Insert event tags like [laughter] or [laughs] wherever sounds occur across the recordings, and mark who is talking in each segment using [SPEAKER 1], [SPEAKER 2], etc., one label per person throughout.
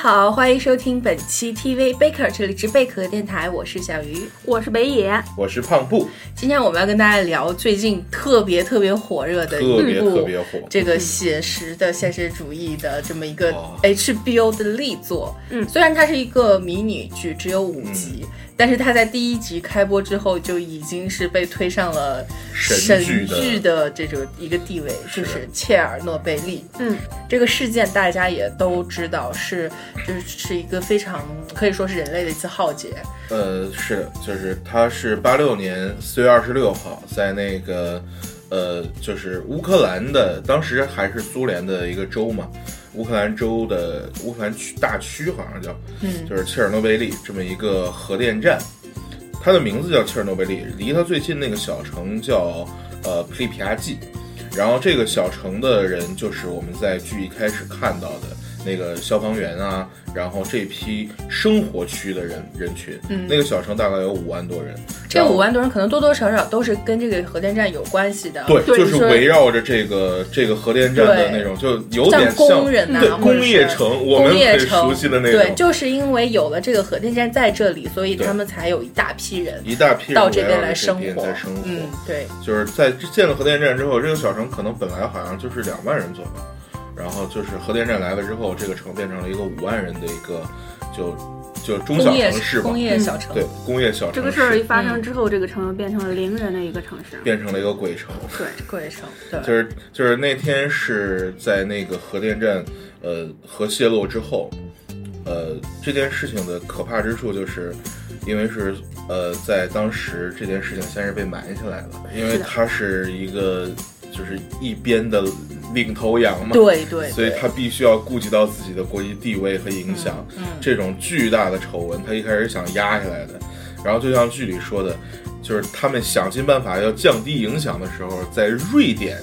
[SPEAKER 1] 好，欢迎收听本期 TV Baker，这里是贝壳电台，我是小鱼。
[SPEAKER 2] 我是北野，
[SPEAKER 3] 我是胖布，
[SPEAKER 1] 今天我们要跟大家聊最近特别特别火热的
[SPEAKER 3] 特
[SPEAKER 1] 一
[SPEAKER 3] 别特
[SPEAKER 1] 部
[SPEAKER 3] 别火。
[SPEAKER 1] 这个写实的现实主义的这么一个哎
[SPEAKER 3] 哦
[SPEAKER 1] HBO 的力作。
[SPEAKER 2] 嗯
[SPEAKER 1] 虽然它是一个迷你剧，只有五集，
[SPEAKER 3] 嗯
[SPEAKER 1] 但是它在第一集开播之后就已经是被推上了神
[SPEAKER 3] 神
[SPEAKER 1] 剧
[SPEAKER 3] 剧的
[SPEAKER 1] 的这种一个地位，就是
[SPEAKER 3] 是
[SPEAKER 1] 切尔诺贝利。
[SPEAKER 2] 嗯，
[SPEAKER 1] 这个事件大家也都知道是，就是是一个非常可以说是人类的一次浩劫。
[SPEAKER 3] 呃，是，就是他是八六年四月二十六号在那个呃，就是乌克兰的，当时还是苏联的一个州嘛，乌克兰州的乌克兰区大区好像叫，
[SPEAKER 1] 嗯
[SPEAKER 3] 就是切尔诺贝利这么一个核电站，它的名字叫切尔诺贝利，离它最近那个小城叫呃普利皮亚季，然后这个小城的人就是我们在剧一开始看到的那个消防员啊，然后这批生活区的人人群，
[SPEAKER 1] 嗯
[SPEAKER 3] 那个小城大概有五万多人，
[SPEAKER 1] 这五万多人可能多多少少都是跟这个核电站有关系的。
[SPEAKER 3] 对，
[SPEAKER 2] 对
[SPEAKER 3] 就是
[SPEAKER 2] 说
[SPEAKER 3] 围绕着这个这个核电站的
[SPEAKER 1] 对
[SPEAKER 3] 那种，就有
[SPEAKER 1] 像
[SPEAKER 3] 点像
[SPEAKER 1] 工人呐
[SPEAKER 3] 对
[SPEAKER 1] 或者
[SPEAKER 3] 工业
[SPEAKER 1] 是
[SPEAKER 3] 城，我们
[SPEAKER 1] 工业
[SPEAKER 3] 很
[SPEAKER 1] 城
[SPEAKER 3] 熟悉的那种，
[SPEAKER 1] 对，就是因为有了这个核电站在这里，所以
[SPEAKER 3] 对
[SPEAKER 1] 他们才有一大批人
[SPEAKER 3] 一大批人
[SPEAKER 1] 到
[SPEAKER 3] 围
[SPEAKER 1] 这
[SPEAKER 3] 绕
[SPEAKER 1] 边
[SPEAKER 3] 着
[SPEAKER 1] 来生
[SPEAKER 3] 边
[SPEAKER 1] 活
[SPEAKER 3] 在生活。
[SPEAKER 1] 嗯，对，
[SPEAKER 3] 就是在建了核电站之后，这个小城可能本来好像就是两万人左右，然后就是核电站来了之后，这个城变成了一个五万人的一个就就中小
[SPEAKER 1] 工业
[SPEAKER 3] 城市吧
[SPEAKER 1] 工，业小城。
[SPEAKER 3] 对工业小城市，
[SPEAKER 2] 这个事儿一发生
[SPEAKER 1] 嗯
[SPEAKER 2] 之后，这个城变成了零人的一个城市。
[SPEAKER 3] 变成了一个鬼城。
[SPEAKER 2] 对，
[SPEAKER 1] 工业城，对，
[SPEAKER 3] 就是就是那天是在那个核电站，呃，核泄漏之后，呃，这件事情的可怕之处就是，因为是呃，在当时这件事情先是被埋起来了，因为
[SPEAKER 2] 是的
[SPEAKER 3] 它是一个就是一边的领头羊嘛，
[SPEAKER 1] 对对，
[SPEAKER 3] 所以
[SPEAKER 1] 对
[SPEAKER 3] 他必须要顾及到自己的国际地位和影响。
[SPEAKER 1] 嗯嗯
[SPEAKER 3] 这种巨大的丑闻，他一开始想压下来的，然后就像剧里说的，就是他们想尽办法要降低影响的时候，在瑞典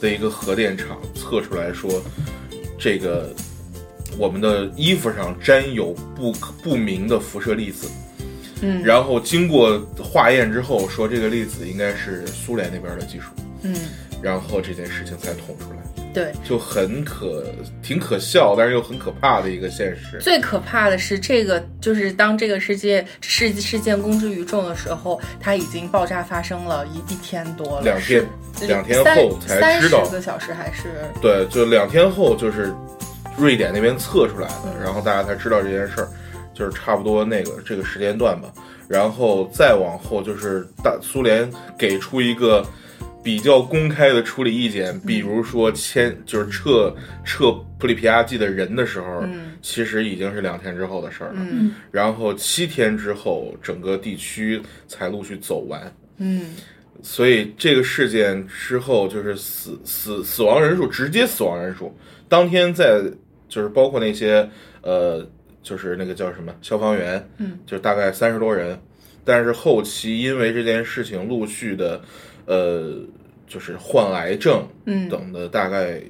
[SPEAKER 3] 的一个核电厂测出来说，这个我们的衣服上沾有不可不明的辐射粒子。
[SPEAKER 1] 嗯
[SPEAKER 3] 然后经过化验之后，说这个粒子应该是苏联那边的技术，
[SPEAKER 1] 嗯，
[SPEAKER 3] 然后这件事情才捅出来。
[SPEAKER 1] 对。
[SPEAKER 3] 就很可挺可笑，但是又很可怕的一个现实。
[SPEAKER 1] 最可怕的是，这个就是当这个世界事事件公之于众的时候，它已经爆炸发生了一一天多了，
[SPEAKER 3] 两天
[SPEAKER 1] 是
[SPEAKER 3] 两天
[SPEAKER 1] 三
[SPEAKER 3] 后才知道
[SPEAKER 1] 三十个小时还是
[SPEAKER 3] 对，就两天后就是瑞典那边测出来的，然后大家才知道这件事儿，就是差不多那个这个时间段吧。然后再往后就是大苏联给出一个比较公开的处理意
[SPEAKER 1] 嗯
[SPEAKER 3] 见，比如说迁就是撤撤普里皮亚季的人的时候，
[SPEAKER 1] 嗯
[SPEAKER 3] 其实已经是两天之后的事儿了。
[SPEAKER 1] 嗯
[SPEAKER 3] 然后七天之后，整个地区才陆续走完。
[SPEAKER 1] 嗯
[SPEAKER 3] 所以这个事件之后，就是死死死亡人数直接死亡人数，当天在就是包括那些呃，就是那个叫什么消防员，
[SPEAKER 1] 嗯，
[SPEAKER 3] 就大概三十多人，但是后期因为这件事情陆续的呃，就是患癌症
[SPEAKER 1] 嗯
[SPEAKER 3] 等的大概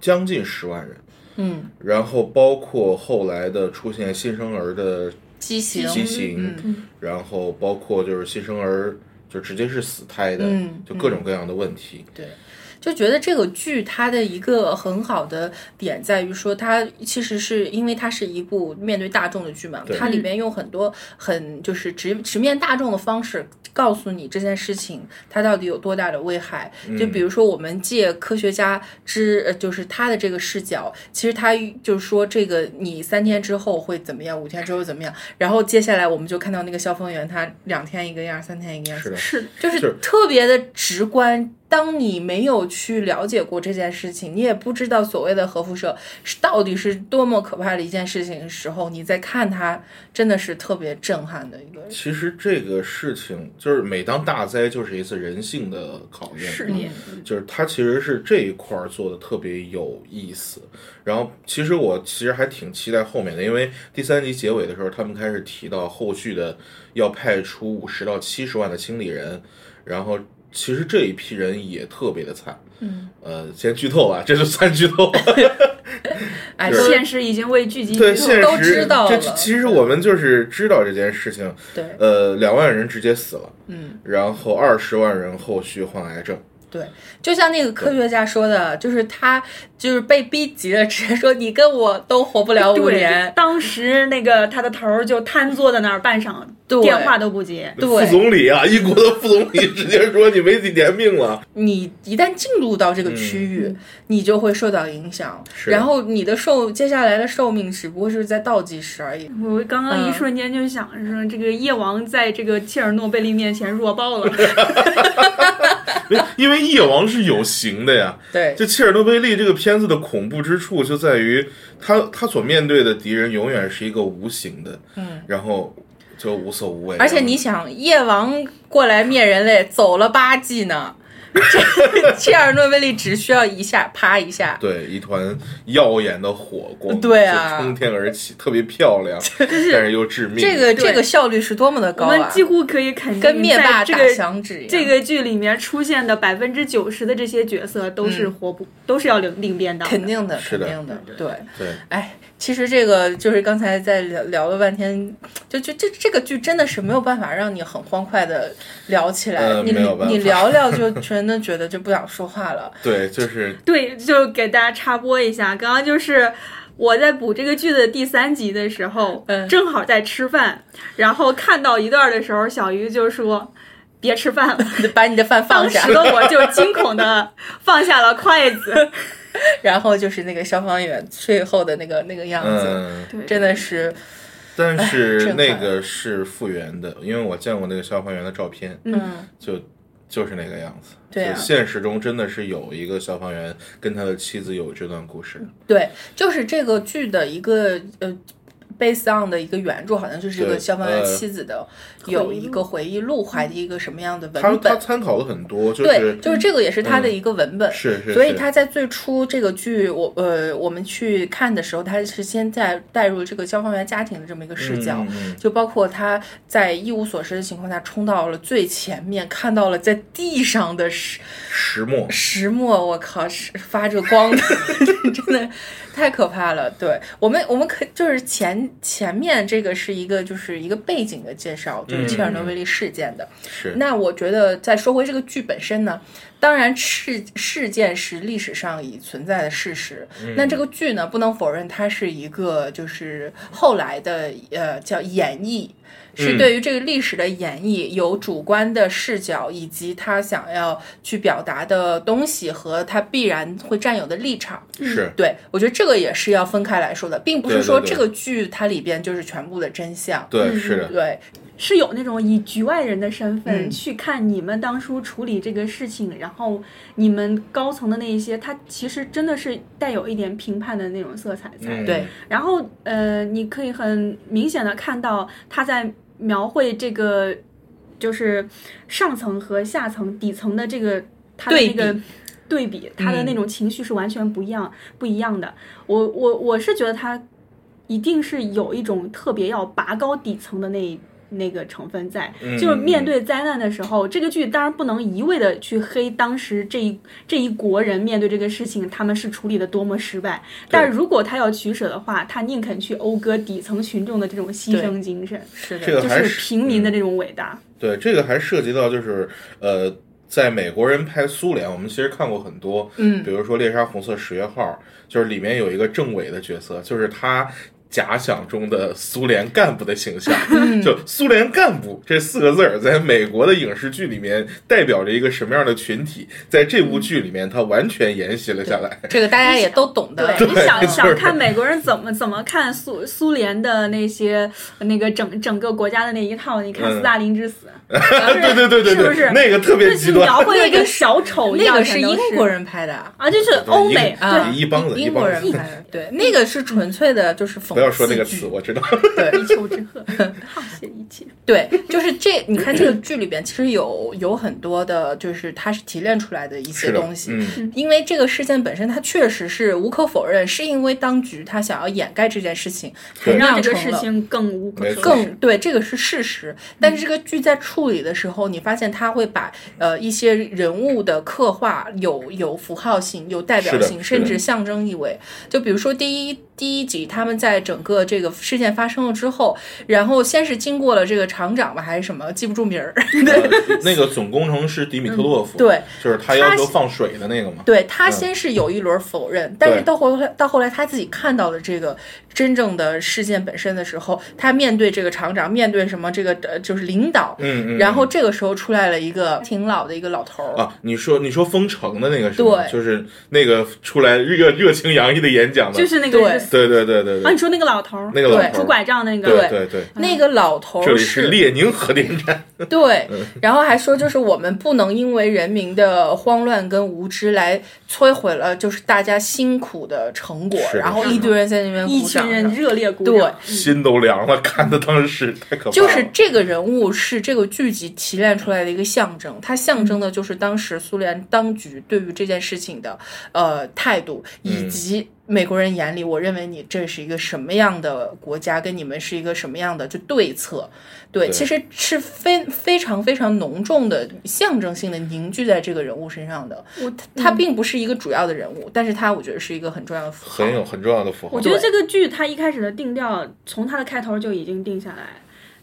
[SPEAKER 3] 将近十万人，
[SPEAKER 1] 嗯，
[SPEAKER 3] 然后包括后来的出现新生儿的
[SPEAKER 1] 畸形
[SPEAKER 3] 畸形，
[SPEAKER 1] 嗯
[SPEAKER 3] 然后包括就是新生儿就直接是死胎的，
[SPEAKER 1] 嗯
[SPEAKER 3] 就各种各样的问题。
[SPEAKER 1] 对。就觉得这个剧它的一个很好的点在于说，它其实是因为它是一部面对大众的剧嘛，
[SPEAKER 3] 对
[SPEAKER 1] 它里面用很多很就是直直面大众的方式告诉你这件事情它到底有多大的危害。就
[SPEAKER 3] 嗯
[SPEAKER 1] 比如说我们借科学家之呃就是他的这个视角，其实他就是说这个你三天之后会怎么样，五天之后怎么样，然后接下来我们就看到那个消防员他两天一个样，三天一个样，
[SPEAKER 3] 是的，
[SPEAKER 2] 是
[SPEAKER 1] 就是
[SPEAKER 3] 是
[SPEAKER 1] 特别的直观。当你没有去了解过这件事情，你也不知道所谓的核辐射是到底是多么可怕的一件事情的时候，你在看它真的是特别震撼的一个。
[SPEAKER 3] 其实这个事情就是每当大灾就是一次人性的考验，
[SPEAKER 2] 是的，
[SPEAKER 3] 就是它其实是这一块儿做的特别有意思。然后其实我其实还挺期待后面的，因为第三集结尾的时候，他们开始提到后续的要派出五十到七十万的清理人，然后其实这一批人也特别的惨。
[SPEAKER 1] 嗯，
[SPEAKER 3] 呃，先剧透啊，这就算剧透。
[SPEAKER 1] 哎，
[SPEAKER 3] 是
[SPEAKER 1] 现
[SPEAKER 2] 现实已经为剧集
[SPEAKER 3] 对，
[SPEAKER 2] 剧透
[SPEAKER 3] 现实
[SPEAKER 1] 都知道
[SPEAKER 3] 这
[SPEAKER 1] 了
[SPEAKER 3] 其实我们就是知道这件事情，
[SPEAKER 1] 对，
[SPEAKER 3] 呃，两万人直接死了，
[SPEAKER 1] 嗯，
[SPEAKER 3] 然后二十万人后续患癌症，
[SPEAKER 1] 对，就像那个科学家说的，就是他就是被逼急了，直接说你跟我都活不了五
[SPEAKER 4] 对，
[SPEAKER 1] 年。
[SPEAKER 4] 当时那个他的头儿就瘫坐在那儿半晌，
[SPEAKER 1] 对
[SPEAKER 4] 电话都不接。
[SPEAKER 1] 对
[SPEAKER 3] 副总理啊，英国的副总
[SPEAKER 1] [laughs]
[SPEAKER 3] 理直接说你没几年命了，
[SPEAKER 1] 你一旦进入到这个区域，你就会受到影响，
[SPEAKER 3] 是
[SPEAKER 1] 然后你的寿接下来的寿命只不过是在倒计时而已。
[SPEAKER 4] 我刚刚
[SPEAKER 1] 嗯
[SPEAKER 4] 一瞬间就想说，这个夜王在这个切尔诺贝利面前弱爆了。
[SPEAKER 3] [laughs] 因为夜王是有形的呀。
[SPEAKER 1] 对，
[SPEAKER 3] 就《切尔诺贝利》这个片子的恐怖之处就在于他，他所面对的敌人永远是一个无形的，
[SPEAKER 1] 嗯，
[SPEAKER 3] 然后就无所无畏。
[SPEAKER 1] 而且你想，夜王过来灭人类，走了八季呢，
[SPEAKER 3] [laughs]
[SPEAKER 1] 这切尔诺贝利只需要一下，啪一下，
[SPEAKER 3] 对一团耀眼的火光，
[SPEAKER 1] 对啊
[SPEAKER 3] 就冲天而起，特别漂亮，但是又致命。
[SPEAKER 1] 这个
[SPEAKER 4] 对
[SPEAKER 1] 这个效率是多么的
[SPEAKER 4] 我
[SPEAKER 1] 高
[SPEAKER 4] 们
[SPEAKER 1] 啊！
[SPEAKER 4] 几乎可以肯定，
[SPEAKER 1] 跟灭霸
[SPEAKER 4] 这
[SPEAKER 1] 打
[SPEAKER 4] 个
[SPEAKER 1] 响指一样。
[SPEAKER 4] 这个剧里面出现的百分之九十的这些角色都是
[SPEAKER 3] 嗯
[SPEAKER 4] 活不，都是要领领便当的。
[SPEAKER 1] 肯定的，
[SPEAKER 3] 是
[SPEAKER 1] 肯
[SPEAKER 3] 的
[SPEAKER 1] 定的，对。
[SPEAKER 3] 对，
[SPEAKER 1] 哎，其实这个就是刚才在聊聊了半天，就就这这个剧真的是没有办法让你很欢快的聊起来，
[SPEAKER 3] 呃
[SPEAKER 1] 你
[SPEAKER 3] 没有办法
[SPEAKER 1] 你聊聊就真的觉得就不想说话了。 [laughs]
[SPEAKER 3] [laughs] 对，就是
[SPEAKER 4] 对，就给大家插播一下，刚刚就是我在补这个剧的第三集的时候，
[SPEAKER 1] 嗯
[SPEAKER 4] 正好在吃饭，然后看到一段的时候，小鱼就说：“别吃饭了。”
[SPEAKER 1] 把你的饭放
[SPEAKER 4] 当
[SPEAKER 1] 下
[SPEAKER 4] 时，的我就惊恐的放下了筷子，
[SPEAKER 1] 然后就是那个消防员最后的那个那个样子，
[SPEAKER 3] 嗯，
[SPEAKER 4] 对
[SPEAKER 1] [laughs] 真的是
[SPEAKER 3] 但
[SPEAKER 1] [laughs]
[SPEAKER 3] 是
[SPEAKER 1] 震撼
[SPEAKER 3] 那个是复原的，因为我见过那个消防员的照片，
[SPEAKER 1] 嗯，
[SPEAKER 3] 就就是那个样子。
[SPEAKER 1] 对啊
[SPEAKER 3] 就现实中真的是有一个消防员跟他的妻子有这段故事。
[SPEAKER 1] 对，就是这个剧的一个呃。Base on 的一个原著好像就是这个
[SPEAKER 3] 对
[SPEAKER 1] 消防员
[SPEAKER 3] 呃
[SPEAKER 1] 妻子的有一个回忆录，还一个什么样的
[SPEAKER 3] 他
[SPEAKER 1] 文
[SPEAKER 3] 他
[SPEAKER 1] 本？
[SPEAKER 3] 参考了很多，就
[SPEAKER 1] 对，
[SPEAKER 3] 是嗯
[SPEAKER 1] 就是这个也是他的一个文本。
[SPEAKER 3] 是是，
[SPEAKER 1] 所以
[SPEAKER 3] 是
[SPEAKER 1] 他在最初这个剧，我呃，我们去看的时候，他是先在带入这个消防员家庭的这么一个视角，
[SPEAKER 3] 嗯嗯
[SPEAKER 1] 就包括他在一无所知的情况下冲到了最前面，看到了在地上的石
[SPEAKER 3] 石墨
[SPEAKER 1] 石墨，我靠，是发着光的， [laughs] 真的太可怕了。对我们，我们可就是前前面这个是一个就是一个背景的介绍，就是切尔诺贝利事件的。
[SPEAKER 3] 是
[SPEAKER 1] 那我觉得再说回这个剧本身呢，当然事事件是历史上已存在的事实。
[SPEAKER 3] 嗯
[SPEAKER 1] 那这个剧呢，不能否认它是一个就是后来的呃叫演绎。是
[SPEAKER 3] 嗯
[SPEAKER 1] 对于这个历史的演绎有主观的视角，以及他想要去表达的东西和他必然会占有的立场。
[SPEAKER 3] 是，
[SPEAKER 1] 对我觉得这个也是要分开来说的，并不是
[SPEAKER 3] 对对
[SPEAKER 1] 说
[SPEAKER 3] 对
[SPEAKER 1] 这个剧它里边就是全部的真相。
[SPEAKER 3] 对是的，
[SPEAKER 1] 对，
[SPEAKER 4] 是有那种以局外人的身份
[SPEAKER 1] 嗯
[SPEAKER 4] 去看你们当初处理这个事情，然后你们高层的那一些，他其实真的是带有一点评判的那种色彩在。
[SPEAKER 3] 嗯
[SPEAKER 1] 对
[SPEAKER 4] 然后呃，你可以很明显的看到他在描绘这个，就是上层和下层、底层的这个他的
[SPEAKER 1] 对
[SPEAKER 4] 那个
[SPEAKER 1] 比
[SPEAKER 4] 对比，他的那种情绪是完全不一样、不一样的。我我我是觉得他一定是有一种特别要拔高底层的那一那个成分在，
[SPEAKER 3] 嗯
[SPEAKER 4] 就是面对灾难的时候，这个剧当然不能一味的去黑当时这一这一国人面对这个事情，他们是处理的多么失败。但如果他要取舍的话，他宁肯去讴歌底层群众的这种牺牲精神，
[SPEAKER 1] 是的，
[SPEAKER 3] 这个
[SPEAKER 4] 就
[SPEAKER 3] 还嗯
[SPEAKER 4] 是平民的这种伟大。
[SPEAKER 3] 对，这个还涉及到就是呃，在美国人拍苏联，我们其实看过很多，
[SPEAKER 1] 嗯
[SPEAKER 3] 比如说《猎杀红色十月号》，就是里面有一个政委的角色，就是他。假想中的苏联干部的形象，就“苏联干部”这四个字儿，在美国的影视剧里面代表着一个什么样的群体？在这部剧里面，它完全沿袭了下来。
[SPEAKER 1] 这个大家也都懂的。
[SPEAKER 4] 对，你想
[SPEAKER 3] 对
[SPEAKER 4] 想看美国人怎么怎么看苏苏联的那些那个整整个国家的那一套，你看
[SPEAKER 3] 嗯
[SPEAKER 4] 斯大林之死，
[SPEAKER 3] [laughs] 对对对对
[SPEAKER 4] 是
[SPEAKER 3] 对，
[SPEAKER 4] 不是
[SPEAKER 3] 那个特别
[SPEAKER 4] 就
[SPEAKER 3] 极
[SPEAKER 4] 是
[SPEAKER 3] 端，
[SPEAKER 4] 描绘一个小丑一
[SPEAKER 1] 那
[SPEAKER 4] 样，
[SPEAKER 1] 个是
[SPEAKER 4] 全都
[SPEAKER 1] 英国人拍的啊。
[SPEAKER 4] 啊，就是欧美
[SPEAKER 3] 一个
[SPEAKER 1] 啊，
[SPEAKER 4] 对。
[SPEAKER 3] 一帮子一
[SPEAKER 1] 英
[SPEAKER 3] 帮
[SPEAKER 1] 国
[SPEAKER 3] 子
[SPEAKER 1] 人拍的， [laughs] 对，那个是纯粹的，就是讽刺。
[SPEAKER 3] 不要说那个词，，我知道。
[SPEAKER 1] 对
[SPEAKER 4] 一丘之貉，沆瀣一气。
[SPEAKER 1] 对，就是这，你看这个剧里边其实有有很多的，就是它是提炼出来的一些
[SPEAKER 3] 是的，
[SPEAKER 1] 东西。 [laughs]
[SPEAKER 3] 嗯，
[SPEAKER 1] 因为这个事件本身，它确实是无可否认，是因为当局他想要掩盖这件事情，才
[SPEAKER 3] 对
[SPEAKER 1] 酿
[SPEAKER 4] 让这
[SPEAKER 1] 成
[SPEAKER 4] 个事
[SPEAKER 1] 了
[SPEAKER 4] 情更无可
[SPEAKER 3] 没
[SPEAKER 4] 收
[SPEAKER 3] 错
[SPEAKER 4] 拾。
[SPEAKER 1] 更对，这个是事实。但是这个剧在处理的时候，你发现他会把呃一些人物的刻画有有符号性、有代表
[SPEAKER 3] 是的
[SPEAKER 1] 性，
[SPEAKER 3] 是
[SPEAKER 1] 甚
[SPEAKER 3] 的
[SPEAKER 1] 至象征意味。就比如说第一第一集，他们在整个这个事件发生了之后，然后先是经过了这个厂长吧还是什么，记不住名儿，
[SPEAKER 3] 呃那个总工程师迪米特洛夫，
[SPEAKER 1] 对，
[SPEAKER 3] 就是他要求放水的那个嘛，
[SPEAKER 1] 对他先是有一轮否认，但是到后来到后来他自己看到了这个真正的事件本身的时候，他面对这个厂长，面对什么这个呃就是领导，
[SPEAKER 3] 嗯嗯，
[SPEAKER 1] 然后这个时候出来了一个
[SPEAKER 4] 嗯
[SPEAKER 1] 挺老的一个老头儿，
[SPEAKER 3] 啊，你说你说封城的那个是吗？
[SPEAKER 1] 对
[SPEAKER 3] 就是那个出来热热情洋溢的演讲的，
[SPEAKER 4] 就是那个
[SPEAKER 1] 对
[SPEAKER 4] 是
[SPEAKER 3] 对对对对
[SPEAKER 4] 啊，
[SPEAKER 3] 对，
[SPEAKER 4] 你说那个老头儿
[SPEAKER 3] 那个老头
[SPEAKER 4] 拄
[SPEAKER 3] 儿，
[SPEAKER 4] 拐杖那个，
[SPEAKER 3] 对对对，
[SPEAKER 1] 那个老头
[SPEAKER 3] 这
[SPEAKER 1] 儿
[SPEAKER 3] 里是嗯列宁核电站，
[SPEAKER 1] 对，然后还说就是我们不能因为人民的慌乱跟无知来摧毁了就是大家辛苦的成果，
[SPEAKER 3] 是的
[SPEAKER 1] 然后一堆人在那边
[SPEAKER 4] 一
[SPEAKER 1] 鼓
[SPEAKER 4] 群
[SPEAKER 1] 掌，
[SPEAKER 4] 人热烈鼓
[SPEAKER 1] 对
[SPEAKER 4] 掌。
[SPEAKER 3] 心都凉了，看的当时太可怕了，
[SPEAKER 1] 嗯就是这个人物是这个剧集提炼出来的一个象征，它象征的就是当时苏联当局对于这件事情的呃态度，以
[SPEAKER 3] 嗯
[SPEAKER 1] 及美国人眼里，我认为你这是一个什么样的国家，跟你们是一个什么样的就对策。对，
[SPEAKER 3] 对
[SPEAKER 1] 其实是非非常非常浓重的象征性的凝聚在这个人物身上的。
[SPEAKER 4] 嗯我
[SPEAKER 1] 他并不是一个主要的人物，但是他我觉得是一个很重要的符号
[SPEAKER 3] 很。有很重要的符号
[SPEAKER 4] 我，觉得这个剧它一开始的定调，从它的开头就已经定下来，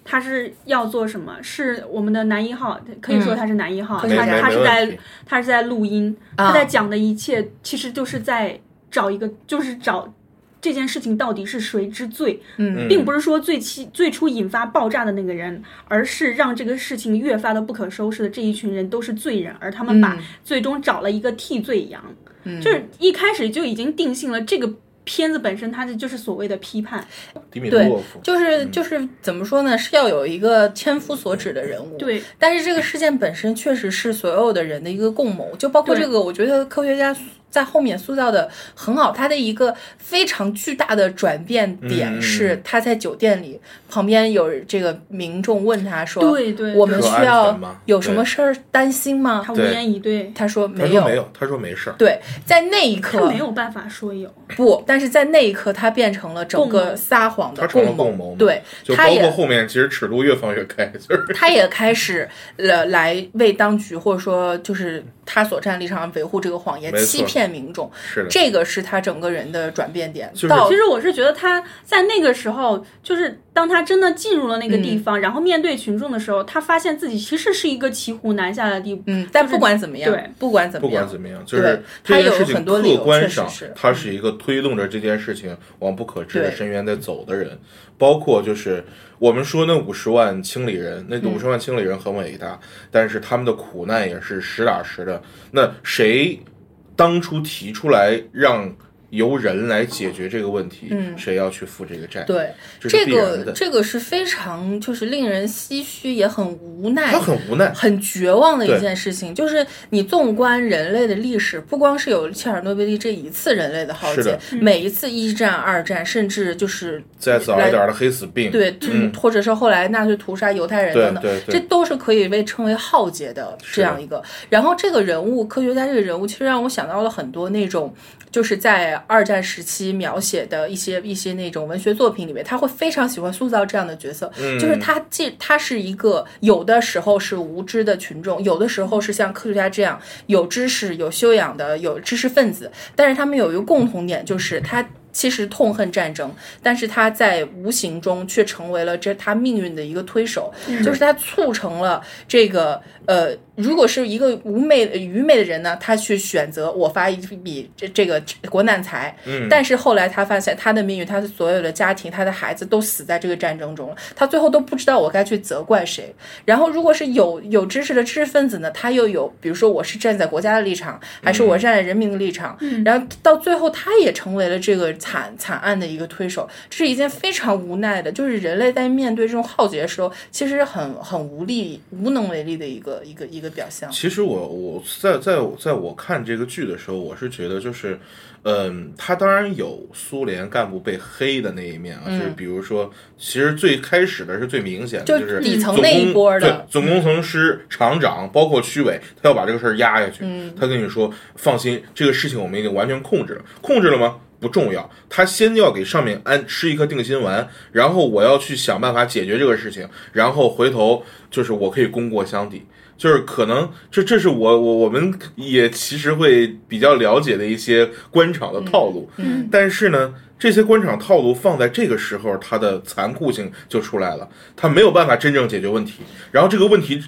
[SPEAKER 4] 它是要做什么？是我们的男一号，可以说他是男一号，
[SPEAKER 1] 嗯可以说
[SPEAKER 4] 他他
[SPEAKER 3] 没
[SPEAKER 4] 是
[SPEAKER 3] 没
[SPEAKER 4] 在
[SPEAKER 3] 问题
[SPEAKER 4] 他是在录音，
[SPEAKER 1] 啊
[SPEAKER 4] 他在讲的一切其实就是在找一个，就是找这件事情到底是谁之最，
[SPEAKER 1] 嗯
[SPEAKER 4] 并不是说最起最初引发爆炸的那个人，而是让这个事情越发的不可收拾的这一群人都是罪人，而他们把
[SPEAKER 1] 嗯
[SPEAKER 4] 最终找了一个替罪羊，
[SPEAKER 1] 嗯
[SPEAKER 4] 就是一开始就已经定性了这个。片子本身，它就是所谓的批判，
[SPEAKER 3] 迪米特洛夫，
[SPEAKER 1] 就是
[SPEAKER 3] 嗯
[SPEAKER 1] 就是怎么说呢？是要有一个千夫所指的人物。
[SPEAKER 4] 对，
[SPEAKER 1] 但是这个事件本身确实是所有的人的一个共谋，就包括
[SPEAKER 4] 对
[SPEAKER 1] 这个，我觉得科学家在后面塑造的很好。他的一个非常巨大的转变
[SPEAKER 3] 嗯嗯嗯
[SPEAKER 1] 点是，他在酒店里旁边有这个民众问他说：“
[SPEAKER 4] 对对
[SPEAKER 1] 我们
[SPEAKER 3] 说
[SPEAKER 1] 需
[SPEAKER 3] 安
[SPEAKER 1] 要
[SPEAKER 3] 全吗
[SPEAKER 1] 有什么事儿担心吗
[SPEAKER 4] 他无
[SPEAKER 3] 对
[SPEAKER 4] 言以对？”，
[SPEAKER 1] 他说
[SPEAKER 3] 他
[SPEAKER 1] 没
[SPEAKER 3] 说
[SPEAKER 1] 有，
[SPEAKER 3] 没有，他说没事儿，
[SPEAKER 1] 对，在那一刻
[SPEAKER 4] 他没有办法说有，
[SPEAKER 1] 不，但是在那一刻，他变成了整
[SPEAKER 4] 共谋
[SPEAKER 1] 个撒谎的
[SPEAKER 3] 他成了
[SPEAKER 1] 谋。
[SPEAKER 3] 共谋嘛
[SPEAKER 1] 对，
[SPEAKER 3] 就
[SPEAKER 1] 他
[SPEAKER 3] 包
[SPEAKER 1] 也
[SPEAKER 3] 括后面其实尺度越放越开，就是 [laughs]
[SPEAKER 1] 他也开始了来为当局或者说就是他所站立场维护这个谎言
[SPEAKER 3] 没，错
[SPEAKER 1] 欺骗民众，
[SPEAKER 3] 是的，
[SPEAKER 1] 这个是他整个人的转变点。
[SPEAKER 3] 就是
[SPEAKER 1] 到
[SPEAKER 4] 其实我是觉得他在那个时候，就是当他真的进入了那个
[SPEAKER 1] 嗯
[SPEAKER 4] 地方，然后面对群众的时候，他发现自己其实是一个骑虎难下的地步。
[SPEAKER 1] 嗯，但不管怎么样，
[SPEAKER 4] 对
[SPEAKER 1] 不管怎
[SPEAKER 3] 不
[SPEAKER 1] 么
[SPEAKER 3] 管
[SPEAKER 1] 样，
[SPEAKER 3] 怎么样，就
[SPEAKER 1] 对
[SPEAKER 3] 是这
[SPEAKER 1] 他
[SPEAKER 3] 件
[SPEAKER 1] 有
[SPEAKER 3] 事情
[SPEAKER 1] 很多
[SPEAKER 3] 客
[SPEAKER 1] 理由
[SPEAKER 3] 观
[SPEAKER 1] 确实
[SPEAKER 3] 上
[SPEAKER 1] 是，嗯
[SPEAKER 3] 他是一个推动着这件事情往不可知的
[SPEAKER 1] 对
[SPEAKER 3] 深渊在走的人。包括就是我们说那五十万清理人，那
[SPEAKER 1] 嗯
[SPEAKER 3] 五十万清理人很伟大，但是他们的苦难也是实打实的。那谁当初提出来让由人来解决这个问题，
[SPEAKER 1] 嗯
[SPEAKER 3] 谁要去负这个债？
[SPEAKER 1] 对
[SPEAKER 3] 这是
[SPEAKER 1] 这
[SPEAKER 3] 必然
[SPEAKER 1] 个
[SPEAKER 3] 的。
[SPEAKER 1] 这个是非常就是令人唏嘘，也很无奈
[SPEAKER 3] 他。很无奈，
[SPEAKER 1] 很绝望的
[SPEAKER 3] 对
[SPEAKER 1] 一件事情，就是你纵观人类的历史，不光是有切尔诺贝利这一次人类的浩
[SPEAKER 3] 是
[SPEAKER 1] 劫
[SPEAKER 3] 的，
[SPEAKER 1] 每一次一战、二战，甚至就是
[SPEAKER 3] 再早一点的黑死病，
[SPEAKER 1] 对，嗯、或者是后来纳粹屠杀犹太人
[SPEAKER 3] 对
[SPEAKER 1] 等等，
[SPEAKER 3] 对
[SPEAKER 1] 这
[SPEAKER 3] 对，
[SPEAKER 1] 都是可以被称为浩劫的这样一个。然后这个人物，科学家这个人物，其实让我想到了很多那种，就是在二战时期描写的一些一些那种文学作品里面，他会非常喜欢塑造这样的角色，
[SPEAKER 3] 嗯
[SPEAKER 1] 就是他既他是一个有的时候是无知的群众，有的时候是像科学家这样有知识、有修养的有知识分子，但是他们有一个共同点，就是他。其实痛恨战争，但是他在无形中却成为了这他命运的一个推手，就是他促成了这个呃，如果是一个无昧愚昧的人呢，他去选择我发一笔这这个国难财，
[SPEAKER 3] 嗯，
[SPEAKER 1] 但是后来他发现他的命运，他的所有的家庭，他的孩子都死在这个战争中了，他最后都不知道我该去责怪谁。然后如果是有有知识的知识分子呢，他又有，比如说我是站在国家的立场，还是我站在人民的立场，
[SPEAKER 3] 嗯
[SPEAKER 1] 然后到最后他也成为了这个惨惨案的一个推手，这是一件非常无奈的，就是人类在面对这种浩劫的时候，其实很很无力、无能为力的一个一个一个表象。
[SPEAKER 3] 其实我我在在我在我看这个剧的时候，我是觉得就是，嗯，他当然有苏联干部被黑的那一面啊，就是比如说，其实最开始的是最明显的，
[SPEAKER 1] 就是底层
[SPEAKER 3] 总
[SPEAKER 1] 那一
[SPEAKER 3] 工
[SPEAKER 1] 波的
[SPEAKER 3] 对总工程师、厂长，包括区委，
[SPEAKER 1] 嗯
[SPEAKER 3] 他要把这个事儿压下去。他跟你说，放心，这个事情我们已经完全控制了，控制了吗？不重要，他先要给上面安吃一颗定心丸，然后我要去想办法解决这个事情，然后回头就是我可以功过相抵。就是可能这这是我我我们也其实会比较了解的一些官场的套路，
[SPEAKER 1] 嗯
[SPEAKER 3] 但是呢，这些官场套路放在这个时候，它的残酷性就出来了，它没有办法真正解决问题，然后这个问题。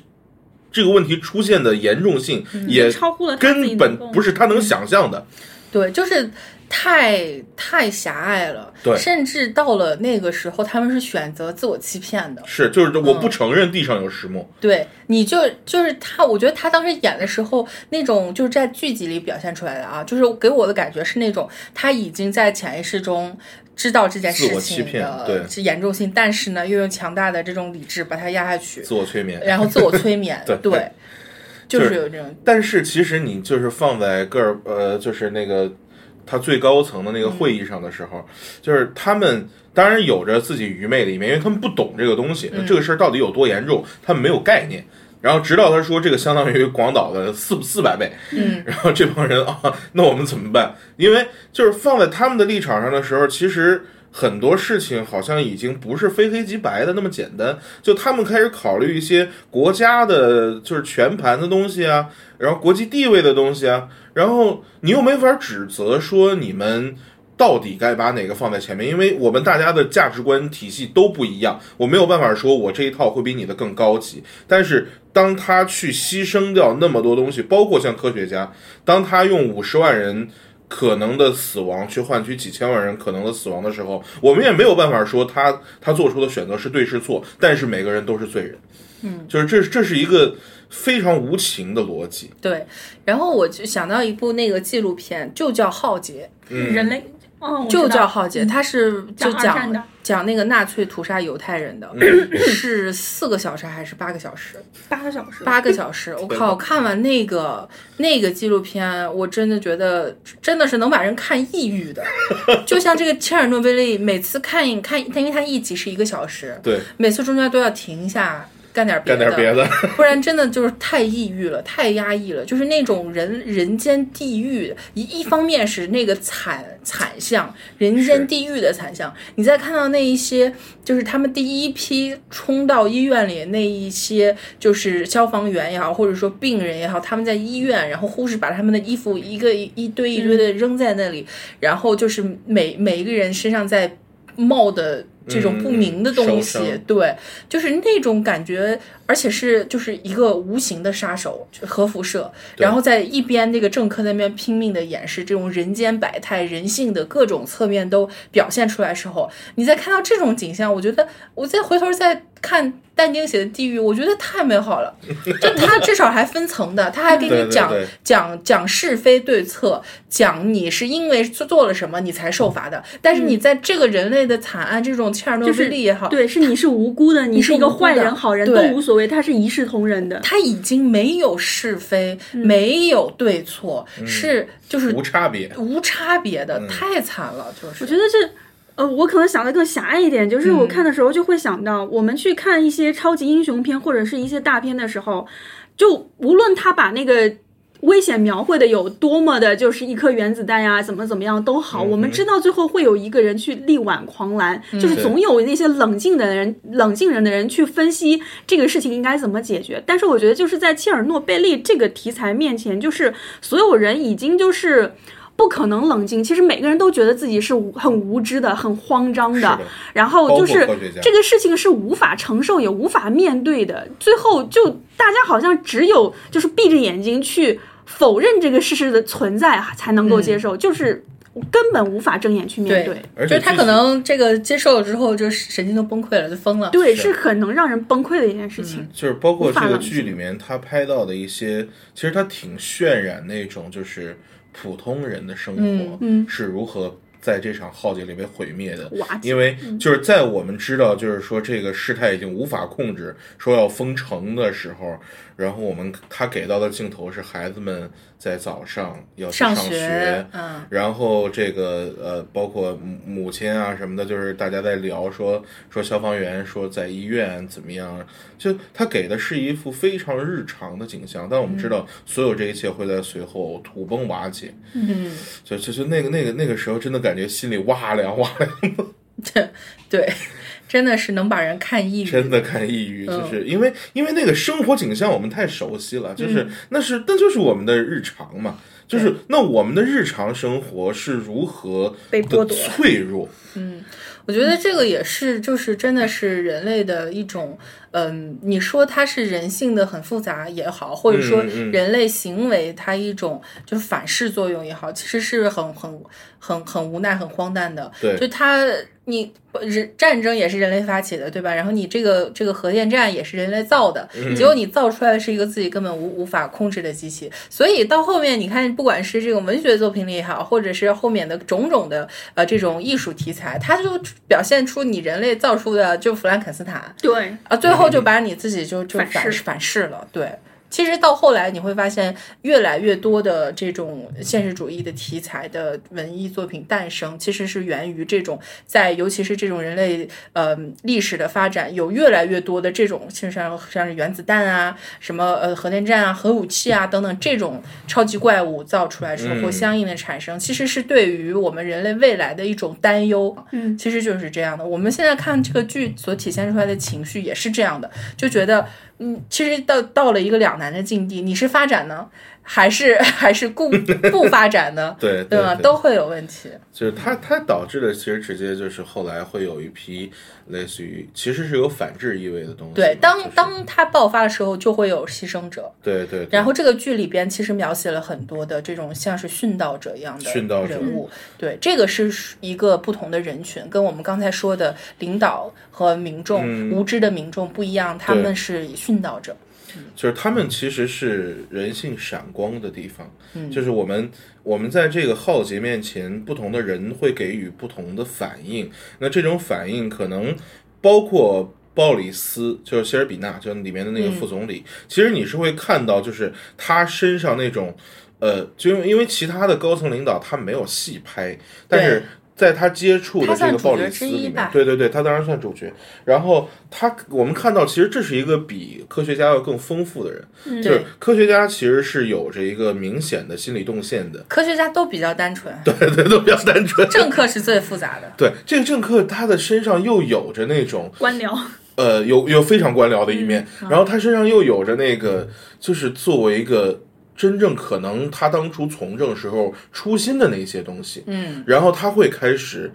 [SPEAKER 3] 这个问题出现的严重性也
[SPEAKER 4] 超乎了他自己
[SPEAKER 3] 根本
[SPEAKER 4] 能够
[SPEAKER 3] 不是他能想象的，
[SPEAKER 1] 对，就是太太狭隘了，
[SPEAKER 3] 对
[SPEAKER 1] 甚至到了那个时候，他们是选择自我欺骗的。
[SPEAKER 3] 是就是我不承认地上有石墨，
[SPEAKER 1] 对，你就就是他，我觉得他当时演的时候，那种就是在剧集里表现出来的啊，就是给我的感觉是那种他已经在潜意识中知道这件
[SPEAKER 3] 自我
[SPEAKER 1] 事
[SPEAKER 3] 欺
[SPEAKER 1] 情
[SPEAKER 3] 骗
[SPEAKER 1] 的
[SPEAKER 3] 对
[SPEAKER 1] 是严重性，但是呢，又用强大的这种理智把它压下
[SPEAKER 3] [laughs]
[SPEAKER 1] 去，
[SPEAKER 3] 自我催眠。，
[SPEAKER 1] 然后自我催眠
[SPEAKER 3] 对
[SPEAKER 1] 就
[SPEAKER 3] 就是
[SPEAKER 1] 是有这种
[SPEAKER 3] 但是其实你就是放在戈尔呃，就是那个他最高层的那个会议上的时候，就是他们当然有着自己愚昧的一面，因为他们不懂这个东西，这个事儿到底有多严重，他们没有概念。然后直到他说这个相当于广岛的四四百倍，
[SPEAKER 1] 嗯，
[SPEAKER 3] 然后这帮人啊，那我们怎么办？因为就是放在他们的立场上的时候，其实很多事情好像已经不是非黑即白的那么简单，就他们开始考虑一些国家的，就是全盘的东西啊，然后国际地位的东西啊，然后你又没法指责说你们。到底该把哪个放在前面？因为我们大家的价值观体系都不一样，我没有办法说我这一套会比你的更高级。但是当他去牺牲掉那么多东西，包括像科学家，当他用五十万人可能的死亡去换取几千万人可能的死亡的时候，我们也没有办法说他他做出的选择是对是错，但是每个人都是罪人。嗯，就是这这是一个非常无情的逻辑。
[SPEAKER 1] 对。然后我就想到一部那个纪录片，就叫《浩劫》，
[SPEAKER 3] 嗯
[SPEAKER 4] 人类，哦，我
[SPEAKER 1] 就
[SPEAKER 4] 知道
[SPEAKER 1] 叫浩劫，它是就
[SPEAKER 4] 讲二战
[SPEAKER 1] 讲
[SPEAKER 4] 的
[SPEAKER 1] 讲那个纳粹屠杀犹太人的，
[SPEAKER 3] 嗯
[SPEAKER 1] 是四个小时还是八个小时？
[SPEAKER 4] 八个小时，
[SPEAKER 1] 八个小时，我靠！看完那个那个纪录片，我真的觉得真的是能把人看抑郁
[SPEAKER 3] [laughs]
[SPEAKER 1] 的，就像这个切尔诺贝利，每次看一看，它因为它一集是一个小时，
[SPEAKER 3] 对，
[SPEAKER 1] 每次中间都要停一下。干点别
[SPEAKER 3] 干
[SPEAKER 1] 的，
[SPEAKER 3] 点别的，
[SPEAKER 1] 不然真的就是太抑郁了，太压抑了，就是那种人人间地狱。一一方面是那个惨惨象，人
[SPEAKER 3] 是
[SPEAKER 1] 间地狱的惨象。你再看到那一些，就是他们第一批冲到医院里那一些，就是消防员也好，或者说病人也好，他们在医院，然后护士把他们的衣服一个一一堆一堆的扔在那里，然后就是每每一个人身上在冒的这种不明的东西，
[SPEAKER 3] 嗯嗯烧伤
[SPEAKER 1] 对，就是那种感觉，而且是就是一个无形的杀手，就核辐射，
[SPEAKER 3] 对
[SPEAKER 1] 然后在一边那个政客那边拼命的演示这种人间百态、人性的各种侧面都表现出来的时候，你再看到这种景象，我觉得我再回头再看。但丁写的《地狱》，我觉得太美好
[SPEAKER 3] [laughs]
[SPEAKER 1] 了，就他至少还分层的，他还给
[SPEAKER 3] 对
[SPEAKER 1] 你
[SPEAKER 3] 对
[SPEAKER 1] 讲
[SPEAKER 3] 对
[SPEAKER 1] 讲讲是非对策，讲你是因为做做了什么你才受罚的。但是
[SPEAKER 3] 嗯
[SPEAKER 1] 你在这个人类的惨案，这种切尔诺贝利也好，
[SPEAKER 4] 对，是你是无辜的，你
[SPEAKER 1] 是
[SPEAKER 4] 是一个
[SPEAKER 1] 无辜
[SPEAKER 4] 坏
[SPEAKER 1] 的
[SPEAKER 4] 人、好人都
[SPEAKER 1] 对
[SPEAKER 4] 无所谓，他是一视同仁的。
[SPEAKER 1] 他已经没有是非，没有对错，
[SPEAKER 3] 嗯
[SPEAKER 1] 是就是
[SPEAKER 3] [laughs] 无差别。
[SPEAKER 1] 无差别
[SPEAKER 3] 嗯
[SPEAKER 1] 的，太惨了，就是
[SPEAKER 4] 我觉得这，呃，我可能想的更狭隘一点，就是我看的时候就会想到，我们去看一些超级英雄片或者是一些大片的时候，就无论他把那个。危险描绘的有多么的，就是一颗原子弹呀、怎么怎么样都好，
[SPEAKER 3] 嗯
[SPEAKER 4] 我们知道最后会有一个人去力挽狂澜，就是
[SPEAKER 3] 对
[SPEAKER 4] 总有那些冷静的人、冷静人的人去分析这个事情应该怎么解决。但是我觉得，就是在切尔诺贝利这个题材面前，就是所有人已经就是不可能冷静。其实每个人都觉得自己是无很无知的、很慌张的，
[SPEAKER 3] 是的
[SPEAKER 4] 然后就
[SPEAKER 3] 包
[SPEAKER 4] 是
[SPEAKER 3] 括科学家
[SPEAKER 4] 这个事情是无法承受也无法面对的。最后就大家好像只有就是闭着眼睛去否认这个事实的存在啊才能够
[SPEAKER 3] 嗯
[SPEAKER 4] 接受，就是根本无法睁眼去面对。
[SPEAKER 3] 而
[SPEAKER 1] 就
[SPEAKER 3] 且
[SPEAKER 1] 是他
[SPEAKER 3] 这
[SPEAKER 1] 可能这个接受了之后，就神经都崩溃了，就疯了。
[SPEAKER 4] 对，
[SPEAKER 3] 是
[SPEAKER 4] 是很能让人崩溃的一件事情。
[SPEAKER 3] 就是包括
[SPEAKER 4] 无
[SPEAKER 3] 这
[SPEAKER 4] 法
[SPEAKER 3] 个
[SPEAKER 4] 冷
[SPEAKER 3] 剧里面他拍到的一些，其实他挺渲染那种就是普通人的生
[SPEAKER 4] 嗯
[SPEAKER 3] 活是如何在这场浩劫里被毁灭的。
[SPEAKER 4] 哇嗯
[SPEAKER 3] 因为就是在我们知道就是说这个事态已经无法控制，说要封城的时候，然后我们他给到的镜头是孩子们在早上要去
[SPEAKER 1] 上
[SPEAKER 3] 学，
[SPEAKER 1] 学，嗯，
[SPEAKER 3] 然后这个呃，包括母母亲啊什么的，就是大家在聊说说消防员说在医院怎么样，就他给的是一幅非常日常的景象，但我们知道所有这一切会在随后土崩瓦解，
[SPEAKER 1] 嗯，
[SPEAKER 3] 就就就那个那个那个时候真的感感觉心里哇凉哇凉，
[SPEAKER 1] 对，真的是能把人看抑郁。
[SPEAKER 3] 真的看抑郁，
[SPEAKER 1] 嗯
[SPEAKER 3] 就是因为因为那个生活景象我们太熟悉了，
[SPEAKER 1] 嗯
[SPEAKER 3] 就是那是那就是我们的日常嘛，就是那我们的日常生活是如何
[SPEAKER 4] 被剥夺
[SPEAKER 3] 的 [laughs] 脆弱，
[SPEAKER 1] 我觉得这个也是，就是真的是人类的一种，嗯，你说它是人性的很复杂也好，或者说
[SPEAKER 3] 嗯嗯
[SPEAKER 1] 人类行为它一种就是反噬作用也好，其实是很很很很无奈、很荒诞的。
[SPEAKER 3] 对
[SPEAKER 1] 就它你人战争也是人类发起的，对吧？然后你这个这个核电站也是人类造的，结果你造出来的是一个自己根本无无法控制的机器。所以到后面你看，不管是这种文学作品里也好，或者是后面的种种的呃这种艺术题材，它就表现出你人类造出的就弗兰肯斯坦，
[SPEAKER 4] 对，
[SPEAKER 1] 啊，最后就把你自己就就
[SPEAKER 4] 反
[SPEAKER 1] 反
[SPEAKER 4] 噬
[SPEAKER 1] 反噬了。对，其实到后来你会发现，越来越多的这种现实主义的题材的文艺作品诞生，其实是源于这种在尤其是这种人类呃历史的发展，有越来越多的这种，其实像像是原子弹啊、什么呃核电站啊、核武器啊等等这种超级怪物造出来之后，
[SPEAKER 3] 嗯
[SPEAKER 1] 相应的产生，其实是对于我们人类未来的一种担忧。
[SPEAKER 4] 嗯
[SPEAKER 1] 其实就是这样的。我们现在看这个剧所体现出来的情绪也是这样的，就觉得，嗯，其实到到了一个两难的境地，你是发展呢，还是还是
[SPEAKER 3] [laughs]
[SPEAKER 1] 不不发展呢？
[SPEAKER 3] 对
[SPEAKER 1] 对
[SPEAKER 3] 对
[SPEAKER 1] 吧？
[SPEAKER 3] 对
[SPEAKER 1] 都会有问题。
[SPEAKER 3] 就是它它导致的其实直接就是后来会有一批类似于其实是有反制意味的东西嘛，
[SPEAKER 1] 对，
[SPEAKER 3] 就
[SPEAKER 1] 当
[SPEAKER 3] 是
[SPEAKER 1] 当它爆发的时候，就会有牺牲者。
[SPEAKER 3] 对对，对
[SPEAKER 1] 然后这个剧里边其实描写了很多的这种像是殉道者一样的
[SPEAKER 3] 殉道者嗯
[SPEAKER 1] 人物，对，这个是一个不同的人群，跟我们刚才说的领导和民众、
[SPEAKER 3] 嗯
[SPEAKER 1] 无知的民众不一样，他
[SPEAKER 3] 对
[SPEAKER 1] 们是殉道者。
[SPEAKER 3] 就是他们其实是人性闪光的地方，
[SPEAKER 1] 嗯
[SPEAKER 3] 就是我们我们在这个浩劫面前，不同的人会给予不同的反应。那这种反应可能包括鲍里斯，就是谢尔比纳，就是里面的那个副总理。其实你是会看到，就是他身上那种，呃，就因为因为其他的高层领导他没有戏拍，但是。在他接触的
[SPEAKER 1] 他
[SPEAKER 3] 这
[SPEAKER 1] 算
[SPEAKER 3] 个
[SPEAKER 1] 主
[SPEAKER 3] 鲍
[SPEAKER 1] 角
[SPEAKER 3] 里
[SPEAKER 1] 之
[SPEAKER 3] 斯
[SPEAKER 1] 一
[SPEAKER 3] 里面
[SPEAKER 1] 吧，
[SPEAKER 3] 对对对，他当然算主角。然后他，我们看到其实这是一个比科学家要更丰富的人，就是
[SPEAKER 1] 对，
[SPEAKER 3] 科学家其实是有着一个明显的心理动线的，
[SPEAKER 1] 科学家都比较单纯，
[SPEAKER 3] 对对，都比较单纯。
[SPEAKER 1] 政客是最复杂的。
[SPEAKER 3] [laughs] 对这个政客，他的身上又有着那种
[SPEAKER 4] 官僚，
[SPEAKER 3] 呃，有有非常官僚的一面，然后他身上又有着那个，就是作为一个真正可能他当初从政时候初心的那些东西，
[SPEAKER 1] 嗯，
[SPEAKER 3] 然后他会开始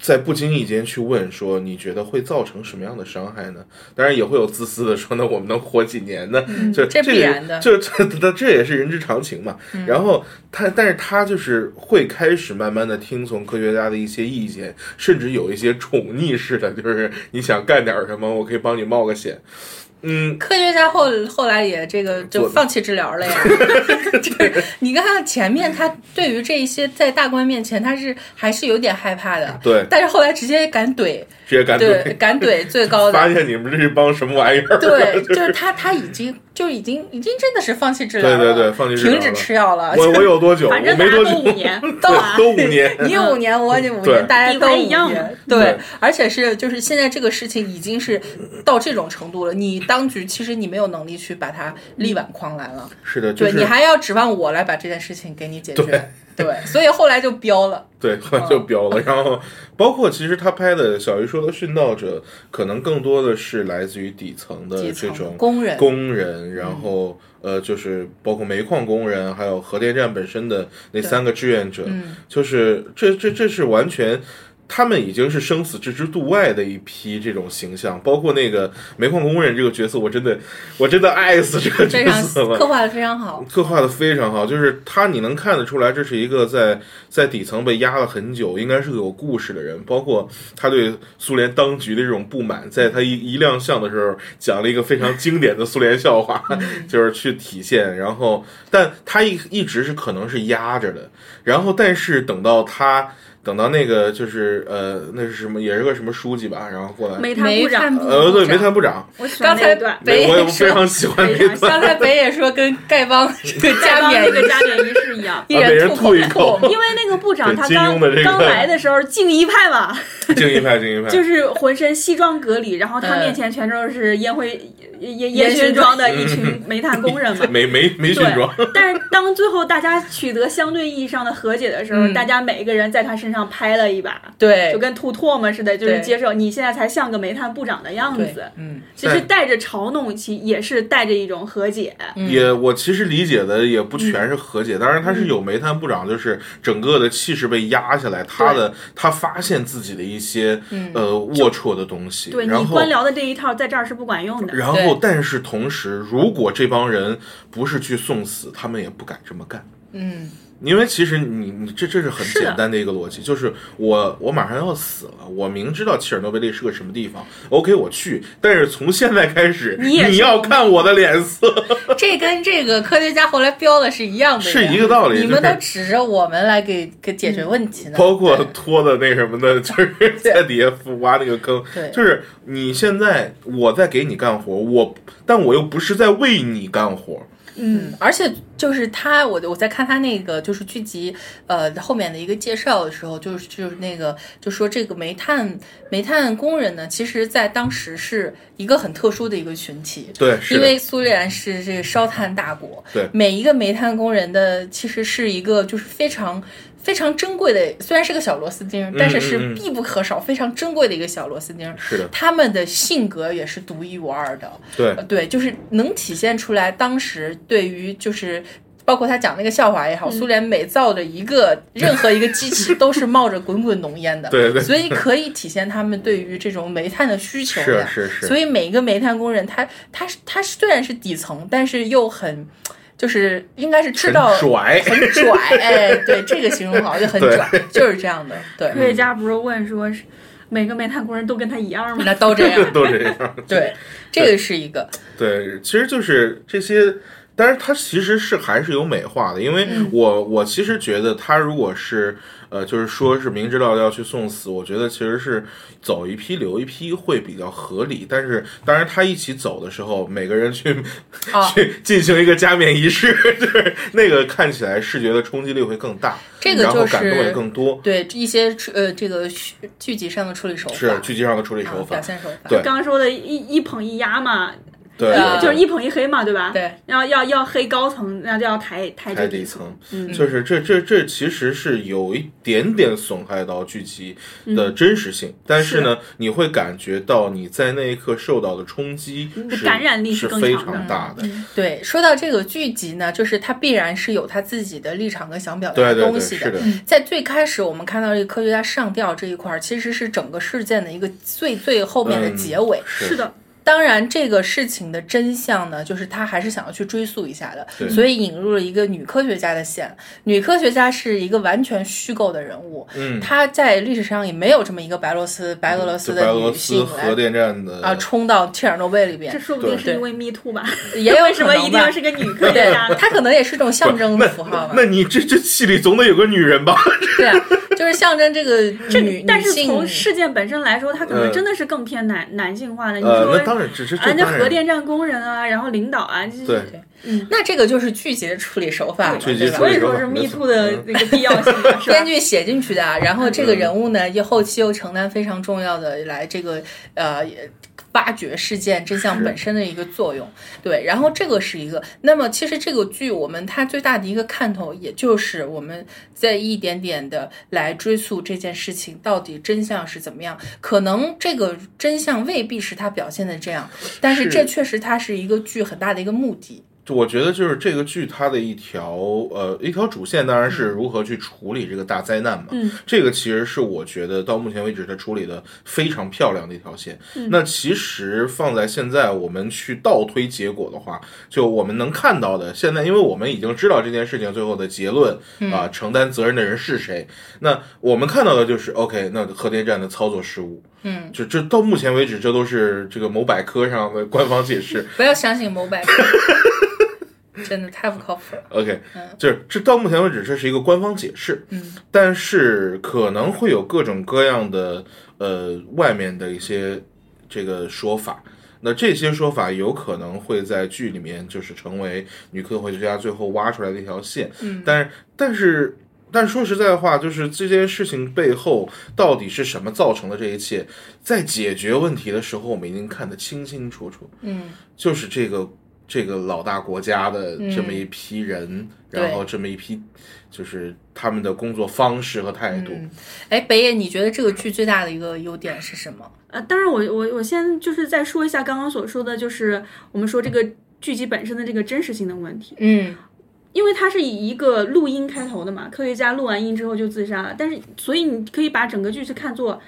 [SPEAKER 3] 在不经意间去问说：“你觉得会造成什么样的伤害呢？”当然也会有自私的说：“那我们能活几年呢？”就
[SPEAKER 1] 嗯这
[SPEAKER 3] 个
[SPEAKER 1] 必然的嗯
[SPEAKER 3] 就这 [laughs] 这这也是人之常情嘛。然后他，但是他就是会开始慢慢的听从科学家的一些意见，甚至有一些宠溺式的，就是你想干点什么，我可以帮你冒个险。嗯，
[SPEAKER 1] 科学家后后来也这个就
[SPEAKER 3] 做的
[SPEAKER 1] 放弃治疗了
[SPEAKER 3] [laughs]
[SPEAKER 1] 呀。就是你看看前面他对于这一些在大官面前他是还是有点害怕的，
[SPEAKER 3] 对，
[SPEAKER 1] 但是后来直接敢怼，
[SPEAKER 3] 直接干
[SPEAKER 1] 对，
[SPEAKER 3] 脆
[SPEAKER 1] 敢怼最高
[SPEAKER 3] [laughs] 发
[SPEAKER 1] 的。
[SPEAKER 3] 现你们这帮什么玩意儿？
[SPEAKER 1] 对，就是他，他已经就已经已经真的是放弃治疗
[SPEAKER 3] 对
[SPEAKER 1] 了，
[SPEAKER 3] 对对，放弃治疗
[SPEAKER 1] 停止
[SPEAKER 3] 了
[SPEAKER 1] 吃药了。
[SPEAKER 3] 我我有多久？
[SPEAKER 1] [laughs]
[SPEAKER 3] 我
[SPEAKER 4] 反正
[SPEAKER 3] 没
[SPEAKER 4] 大家
[SPEAKER 3] 多
[SPEAKER 4] 都
[SPEAKER 3] 久，
[SPEAKER 4] 五
[SPEAKER 3] [laughs]
[SPEAKER 4] 年，
[SPEAKER 1] 都
[SPEAKER 3] 对都五年。
[SPEAKER 1] [laughs] 你有五年，我有五
[SPEAKER 3] 对
[SPEAKER 1] 年，大家
[SPEAKER 4] 底
[SPEAKER 1] 都
[SPEAKER 4] 牌
[SPEAKER 1] 五
[SPEAKER 4] 一样
[SPEAKER 1] 年，
[SPEAKER 3] 对
[SPEAKER 1] 对，而且是就是现在这个事情已经是到这种程度了，你当局其实你没有能力去把它力挽狂澜了，
[SPEAKER 3] 是的，就
[SPEAKER 1] 对
[SPEAKER 3] 是
[SPEAKER 1] 你还要指望我来把这件事情给你解决，对，所以后来就标了，
[SPEAKER 3] 对，
[SPEAKER 1] 嗯
[SPEAKER 3] 后 [laughs] 来就标了。然后，包括其实他拍的小鱼说的《殉道者》，可能更多的是来自于底层的
[SPEAKER 1] 底
[SPEAKER 3] 这种
[SPEAKER 1] 层工人，
[SPEAKER 3] 呃
[SPEAKER 1] 嗯
[SPEAKER 3] 工人，然后呃，就是包括煤矿工人，还有核电站本身的那三个志愿者，
[SPEAKER 1] 嗯，
[SPEAKER 3] 就是这这这是完全。他们已经是生死置之度外的一批这种形象，包括那个煤矿工人这个角色，我真的，我真的爱死这个
[SPEAKER 1] 非
[SPEAKER 3] 角
[SPEAKER 1] 常
[SPEAKER 3] 色了。
[SPEAKER 1] 刻画的非常好，
[SPEAKER 3] 刻画的非常好，就是他你能看得出来，这是一个在在底层被压了很久，应该是个有故事的人。包括他对苏联当局的这种不满，在他一一亮相的时候，讲了一个非常经典的苏联笑话，就是去体现。然后，但他一一直是可能是压着的。然后，但是等到他等到那个就是呃，那是什么，也是个什么书记吧，然后过来，
[SPEAKER 4] 煤炭
[SPEAKER 1] 没
[SPEAKER 4] 部长
[SPEAKER 1] 看，
[SPEAKER 3] 呃，对，煤炭部长，
[SPEAKER 4] 我喜欢
[SPEAKER 1] 刚
[SPEAKER 4] 那
[SPEAKER 1] 才
[SPEAKER 4] 一段。
[SPEAKER 1] 北
[SPEAKER 3] 对我
[SPEAKER 1] 野
[SPEAKER 3] 也非
[SPEAKER 1] 说，
[SPEAKER 3] 常喜欢
[SPEAKER 4] 非
[SPEAKER 3] 那
[SPEAKER 4] 常
[SPEAKER 3] 段，
[SPEAKER 1] 刚才北野说跟丐
[SPEAKER 3] [laughs]
[SPEAKER 1] 帮这个加冕，
[SPEAKER 4] 这个加冕仪式一样
[SPEAKER 1] 一
[SPEAKER 3] 啊被
[SPEAKER 1] 人
[SPEAKER 3] 人
[SPEAKER 1] 吐
[SPEAKER 3] 吐一口
[SPEAKER 1] 沫
[SPEAKER 4] 因为那个部长
[SPEAKER 3] 对
[SPEAKER 4] 他
[SPEAKER 3] 金庸
[SPEAKER 4] 刚
[SPEAKER 3] 的这个
[SPEAKER 4] 刚来的时候，敬一派嘛，
[SPEAKER 3] 敬一派，敬一派，
[SPEAKER 4] 就是浑身西装革履，然后他
[SPEAKER 1] 嗯
[SPEAKER 4] 面前全都是烟灰
[SPEAKER 3] 嗯
[SPEAKER 4] 烟烟
[SPEAKER 1] 烟
[SPEAKER 4] 烟
[SPEAKER 1] 熏
[SPEAKER 4] 熏
[SPEAKER 1] 妆
[SPEAKER 4] 妆的一群煤炭工人嘛。
[SPEAKER 3] 没没没训
[SPEAKER 4] 对
[SPEAKER 3] 装。，
[SPEAKER 4] 但是当最后大家取得相对意义上的和解的时候，
[SPEAKER 1] 嗯
[SPEAKER 4] 大家每一个人在他身身上拍了一把，
[SPEAKER 1] 对
[SPEAKER 4] 就跟吐唾沫似的，就是
[SPEAKER 1] 对
[SPEAKER 4] 接受你现在才像个煤炭部长的样子。
[SPEAKER 1] 嗯
[SPEAKER 4] 其实带着嘲弄，其也是带着一种和解。
[SPEAKER 3] 也我其实理解的也不
[SPEAKER 4] 嗯
[SPEAKER 3] 全是和解，当然他是有煤炭部长，就是整个的气势被压下来，他的他发现自己的一些呃龌龊的东西，
[SPEAKER 4] 嗯对
[SPEAKER 3] 然
[SPEAKER 4] 你
[SPEAKER 3] 后
[SPEAKER 4] 官僚的这一套在这儿是不管用的。
[SPEAKER 3] 然后
[SPEAKER 1] 对
[SPEAKER 3] 但是同时，如果这帮人不是去送死，他们也不敢这么干。
[SPEAKER 1] 嗯
[SPEAKER 3] 因为其实你你这这是很
[SPEAKER 4] 是的
[SPEAKER 3] 简单的一个逻辑，就是我我马上要死了，我明知道切尔诺贝利是个什么地方，OK 我去，但是从现在开始
[SPEAKER 4] 你也是
[SPEAKER 3] 要看我的脸色，
[SPEAKER 1] 这跟这个科学家后来标的是一样的呀，
[SPEAKER 3] 是一个道理。
[SPEAKER 1] 你们都
[SPEAKER 3] 就是
[SPEAKER 1] 指着我们来给给解决问题呢，
[SPEAKER 3] 包括
[SPEAKER 1] 对
[SPEAKER 3] 拖的那什
[SPEAKER 1] [laughs]
[SPEAKER 3] 么的，就是在底下挖那个坑
[SPEAKER 1] 对，
[SPEAKER 3] 就是你现在我在给你干活，我但我又不是在为你干活，
[SPEAKER 4] 嗯，
[SPEAKER 1] 而且就是他，我我在看他那个就是剧集，呃后面的一个介绍的时候，就是就是那个就说这个煤炭煤炭工人呢，其实在当时是一个很特殊的一个群体，
[SPEAKER 3] 对，是
[SPEAKER 1] 因
[SPEAKER 3] 的，
[SPEAKER 1] 为苏联是这个烧炭大国，
[SPEAKER 3] 对
[SPEAKER 1] 每一个煤炭工人的其实是一个就是非常非常珍贵的，虽然是个小螺丝钉，但是
[SPEAKER 3] 嗯
[SPEAKER 1] 是
[SPEAKER 3] 嗯
[SPEAKER 1] 必不可少、非常珍贵的一个小螺丝钉。
[SPEAKER 3] 是的，
[SPEAKER 1] 他们的性格也是独一无二的，
[SPEAKER 3] 对
[SPEAKER 1] 呃，对，就是能体现出来当时对于就是。包括他讲那个笑话也
[SPEAKER 3] 嗯
[SPEAKER 1] 好，苏联每造的一个任何一个机器都是冒着滚滚浓烟的，
[SPEAKER 3] 对对
[SPEAKER 1] 所以可以体现他们对于这种煤炭的需求
[SPEAKER 3] 是
[SPEAKER 1] 呀。
[SPEAKER 3] 是是，
[SPEAKER 1] 所以每一个煤炭工人，他他他虽然是底层，但是又很就是应该是知道
[SPEAKER 3] 很拽，
[SPEAKER 1] 很拽，哎，对这个形容好，就很
[SPEAKER 3] 对嗯
[SPEAKER 1] 拽，就是这样的，对
[SPEAKER 4] 科，学家不是问说，是每个煤炭工人都跟他一样吗？
[SPEAKER 1] 那都这样，
[SPEAKER 3] [laughs] 都这样。
[SPEAKER 1] 对，这个是一个，
[SPEAKER 3] 对，其实就是这些，但是它其实是还是有美化的，因为
[SPEAKER 1] 嗯
[SPEAKER 3] 我、我其实觉得他如果是呃，就是说是明知道要去送死，我觉得其实是走一批留一批会比较合理。但是当然他一起走的时候，每个人去、
[SPEAKER 1] 啊
[SPEAKER 3] 去进行一个加冕仪式， [laughs] 就是那个看起来视觉的冲击力会更大，
[SPEAKER 1] 这个
[SPEAKER 3] 然后
[SPEAKER 1] 就
[SPEAKER 3] 感动也
[SPEAKER 1] 是
[SPEAKER 3] 更多，
[SPEAKER 1] 对一些处呃这个剧剧集上的处理手法，
[SPEAKER 3] 是剧集上的处理手
[SPEAKER 1] 啊
[SPEAKER 3] 法
[SPEAKER 1] 表。现手法，
[SPEAKER 3] 对
[SPEAKER 4] 刚刚说的一一捧一压嘛，
[SPEAKER 3] 对，
[SPEAKER 1] 啊
[SPEAKER 4] 呃就是一捧一黑嘛，对吧？
[SPEAKER 1] 对，
[SPEAKER 4] 要要要黑高层，那就要抬抬这
[SPEAKER 3] 太底层
[SPEAKER 4] 层。，
[SPEAKER 1] 嗯
[SPEAKER 3] 就是这这这其实是有一点点损害到剧集的真实性，但是呢，你会感觉到你在那一刻受到的冲击
[SPEAKER 4] 的
[SPEAKER 3] 是
[SPEAKER 4] 感染力
[SPEAKER 3] 是
[SPEAKER 4] 是更
[SPEAKER 3] 非
[SPEAKER 4] 强的嗯
[SPEAKER 3] 常大的，
[SPEAKER 1] 对，说到这个剧集呢，就是它必然是有它自己的立场跟想表达
[SPEAKER 3] 对
[SPEAKER 1] 的
[SPEAKER 3] 对
[SPEAKER 1] 东
[SPEAKER 3] 对，
[SPEAKER 1] 西
[SPEAKER 3] 是的，
[SPEAKER 1] 在最开始，我们看到这个科学家上吊这一块儿，其实是整个事件的一个最最后面的
[SPEAKER 3] 嗯
[SPEAKER 1] 结尾。
[SPEAKER 4] 是的，
[SPEAKER 1] 当然，这个事情的真相呢，就是他还是想要去追溯一下
[SPEAKER 3] 对
[SPEAKER 1] 的，所以引入了一个女科学家的线。女科学家是一个完全虚构的人物，
[SPEAKER 3] 嗯，
[SPEAKER 1] 她在历史上也没有这么一个白罗斯白俄罗斯
[SPEAKER 3] 就
[SPEAKER 1] 的
[SPEAKER 3] 白俄
[SPEAKER 1] 女
[SPEAKER 3] 罗斯
[SPEAKER 1] 性
[SPEAKER 3] 核
[SPEAKER 1] 来
[SPEAKER 3] 电站的
[SPEAKER 1] 啊冲到切尔诺贝里边
[SPEAKER 4] 这，说不定是
[SPEAKER 1] 对
[SPEAKER 4] 因为 Me Too 吧？
[SPEAKER 1] 也有
[SPEAKER 4] [laughs] 为什
[SPEAKER 1] 可
[SPEAKER 4] 么
[SPEAKER 1] 能
[SPEAKER 4] 一定
[SPEAKER 1] 吧
[SPEAKER 4] 要是个女科学
[SPEAKER 1] 对
[SPEAKER 4] 家？，
[SPEAKER 1] 她可能也是种象征的符号吧
[SPEAKER 3] 那。你这这戏里总得有个女人吧？
[SPEAKER 1] 对啊，就是象征这个
[SPEAKER 4] 这
[SPEAKER 1] 女
[SPEAKER 4] 但
[SPEAKER 1] 女
[SPEAKER 4] 是
[SPEAKER 1] 性
[SPEAKER 4] 从事件本身来说，它可能
[SPEAKER 3] 嗯
[SPEAKER 4] 真的是更偏男、男性化的。你
[SPEAKER 3] 呃，
[SPEAKER 4] 说
[SPEAKER 3] 那当然，只是
[SPEAKER 4] 啊
[SPEAKER 3] 这，
[SPEAKER 4] 那
[SPEAKER 3] 当
[SPEAKER 4] 核
[SPEAKER 3] 然
[SPEAKER 4] 电站工人啊，然后领导啊，这
[SPEAKER 3] 对。
[SPEAKER 1] 那这个就是剧集的处理手法了，
[SPEAKER 3] 剧
[SPEAKER 1] 对
[SPEAKER 3] 集处
[SPEAKER 1] 吧
[SPEAKER 4] 所
[SPEAKER 3] 理？
[SPEAKER 4] 以说是 Me Too
[SPEAKER 3] 嗯
[SPEAKER 4] 的那个必要性嘛，是吧
[SPEAKER 1] 编？剧写进去的啊，然后这个人物呢，又后期又承担非常重要的来这个呃挖掘事件真相
[SPEAKER 3] 是
[SPEAKER 1] 本身的一个作用。对，然后这个是一个。那么其实这个剧我们它最大的一个看头，也就是我们在一点点的来追溯这件事情到底真相是怎么样。可能这个真相未必是它表现的这样，但是
[SPEAKER 3] 是
[SPEAKER 1] 这确实它是一个剧很大的一个目的。
[SPEAKER 3] 就我觉得就是这个剧它的一条呃一条主线当然是如何去处理这个大灾难嘛，
[SPEAKER 4] 嗯，
[SPEAKER 3] 这个其实是我觉得到目前为止它处理的非常漂亮的一条线。那其实放在现在我们去倒推结果的话，就我们能看到的现在，因为我们已经知道这件事情最后的结论啊、承担责任的人是谁，那我们看到的就是 OK，那核电站的操作失误，嗯，就这到目前为止这都是这个某百科上的官方解释，
[SPEAKER 1] 不要相信某百科，真的太不靠谱了。
[SPEAKER 3] OK，就是这到目前为止，这是一个官方解释，嗯，但是可能会有各种各样的呃外面的一些这个说法，那这些说法有可能会在剧里面就是成为女科学家最后挖出来的一条线，嗯，但是但是。但说实在话，就是这件事情背后到底是什么造成的这一切，在解决问题的时候，我们已经看得清清楚楚。
[SPEAKER 1] 嗯，
[SPEAKER 3] 就是这个这个老大国家的这么一批人，
[SPEAKER 1] 对
[SPEAKER 3] 然后这么一批就是他们的工作方式和态度。
[SPEAKER 1] 哎，北野，你觉得这个剧最大的一个优点是什么？
[SPEAKER 4] [laughs] 呃，当然我我我先就是再说一下刚刚所说的，就是我们说这个剧集本身的这个真实性的问题，
[SPEAKER 1] 嗯
[SPEAKER 4] 因为它是以一个录音开头的嘛，科学家录完音之后就自杀了，但是所以你可以把整个剧去看作，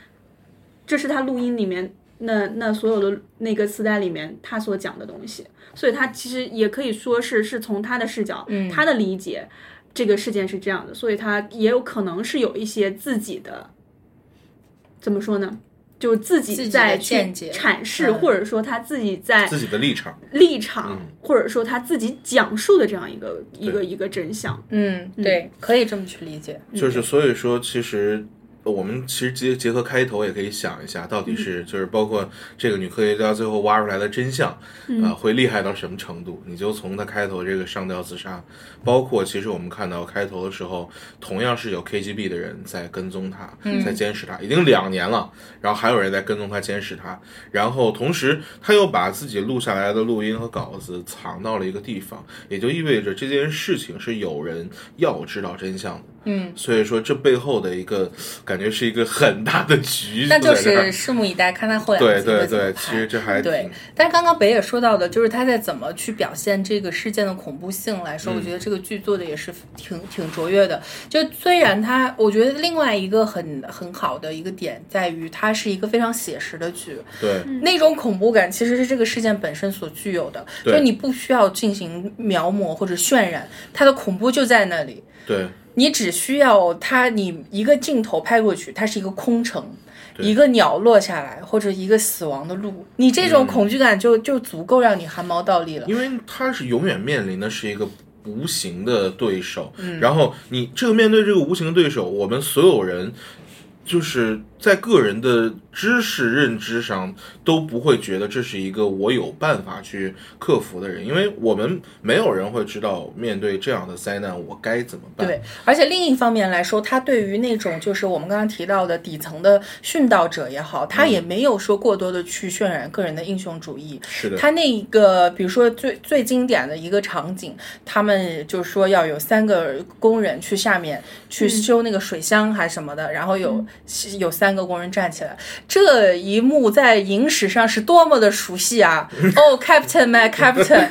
[SPEAKER 4] 这是他录音里面那那所有的那个磁带里面他所讲的东西，所以他其实也可以说是是从他的视角，
[SPEAKER 1] 嗯
[SPEAKER 4] 他的理解这个事件是这样的，所以他也有可能是有一些自己的，怎么说呢？就是自
[SPEAKER 1] 自
[SPEAKER 4] 己
[SPEAKER 1] 己
[SPEAKER 4] 在
[SPEAKER 1] 的
[SPEAKER 4] 去
[SPEAKER 1] 见解
[SPEAKER 4] 阐释，
[SPEAKER 1] 嗯
[SPEAKER 4] 或者说他自己在
[SPEAKER 3] 自己的立场，
[SPEAKER 4] 立场，
[SPEAKER 3] 嗯
[SPEAKER 4] 或者说他自己讲述的这样一个一个
[SPEAKER 3] 对
[SPEAKER 4] 一个真相。
[SPEAKER 1] 嗯，对，可以这么去理解。
[SPEAKER 3] 就是所以说，其实我们其实结结合开头也可以想一下，到底是就是包括这个女科学家最后挖出来的真相啊、会厉害到什么程度？你就从她开头这个上吊自杀，包括其实我们看到开头的时候，同样是有 KGB 的人在跟踪她，在
[SPEAKER 1] 嗯
[SPEAKER 3] 监视她，已经两年了，然后还有人在跟踪她、监视她，然后同时他又把自己录下来的录音和稿子藏到了一个地方，也就意味着这件事情是有人要知道真相的。
[SPEAKER 1] 嗯，
[SPEAKER 3] 所以说这背后的一个感觉是一个很大的局，
[SPEAKER 1] 那就
[SPEAKER 3] 在这儿
[SPEAKER 1] 是拭目以待，看他后来
[SPEAKER 3] 对
[SPEAKER 1] 自己会
[SPEAKER 3] 对
[SPEAKER 1] 怎么
[SPEAKER 3] 对，
[SPEAKER 1] 拍
[SPEAKER 3] 其实这还
[SPEAKER 1] 对
[SPEAKER 3] 挺，
[SPEAKER 1] 但是刚刚北野说到的，就是他在怎么去表现这个事件的恐怖性来说，
[SPEAKER 3] 嗯
[SPEAKER 1] 我觉得这个剧做的也是挺挺卓越的。就虽然它，我觉得另外一个很很好的一个点在于，它是一个非常写实的剧，
[SPEAKER 3] 对
[SPEAKER 1] 那种恐怖感其实是这个事件本身所具有的，
[SPEAKER 3] 对
[SPEAKER 1] 就你不需要进行描摹或者渲染，它的恐怖就在那里。
[SPEAKER 3] 对
[SPEAKER 1] 你只需要它，你一个镜头拍过去，它是一个空城，
[SPEAKER 3] 对
[SPEAKER 1] 一个鸟落下来，或者一个死亡的路，你这种恐惧感就、就足够让你汗毛倒立了。
[SPEAKER 3] 嗯因为他是永远面临的是一个无形的对手，
[SPEAKER 1] 嗯
[SPEAKER 3] 然后你这个面对这个无形的对手，我们所有人就是在个人的知识认知上都不会觉得这是一个我有办法去克服的人，因为我们没有人会知道面对这样的灾难我该怎么办。
[SPEAKER 1] 对，而且另一方面来说，他对于那种就是我们刚刚提到的底层的殉道者也好，他
[SPEAKER 3] 嗯
[SPEAKER 1] 也没有说过多的去渲染个人的英雄主义，
[SPEAKER 3] 是的，
[SPEAKER 1] 他那一个，比如说最最经典的一个场景，他们就说要有三个工人去下面去修那个水箱还是什么的，然后
[SPEAKER 3] 嗯
[SPEAKER 1] 有有三个工人站起来，这一幕在影史上是多么的熟悉
[SPEAKER 3] [laughs]
[SPEAKER 1] 啊！哦，Captain my Captain，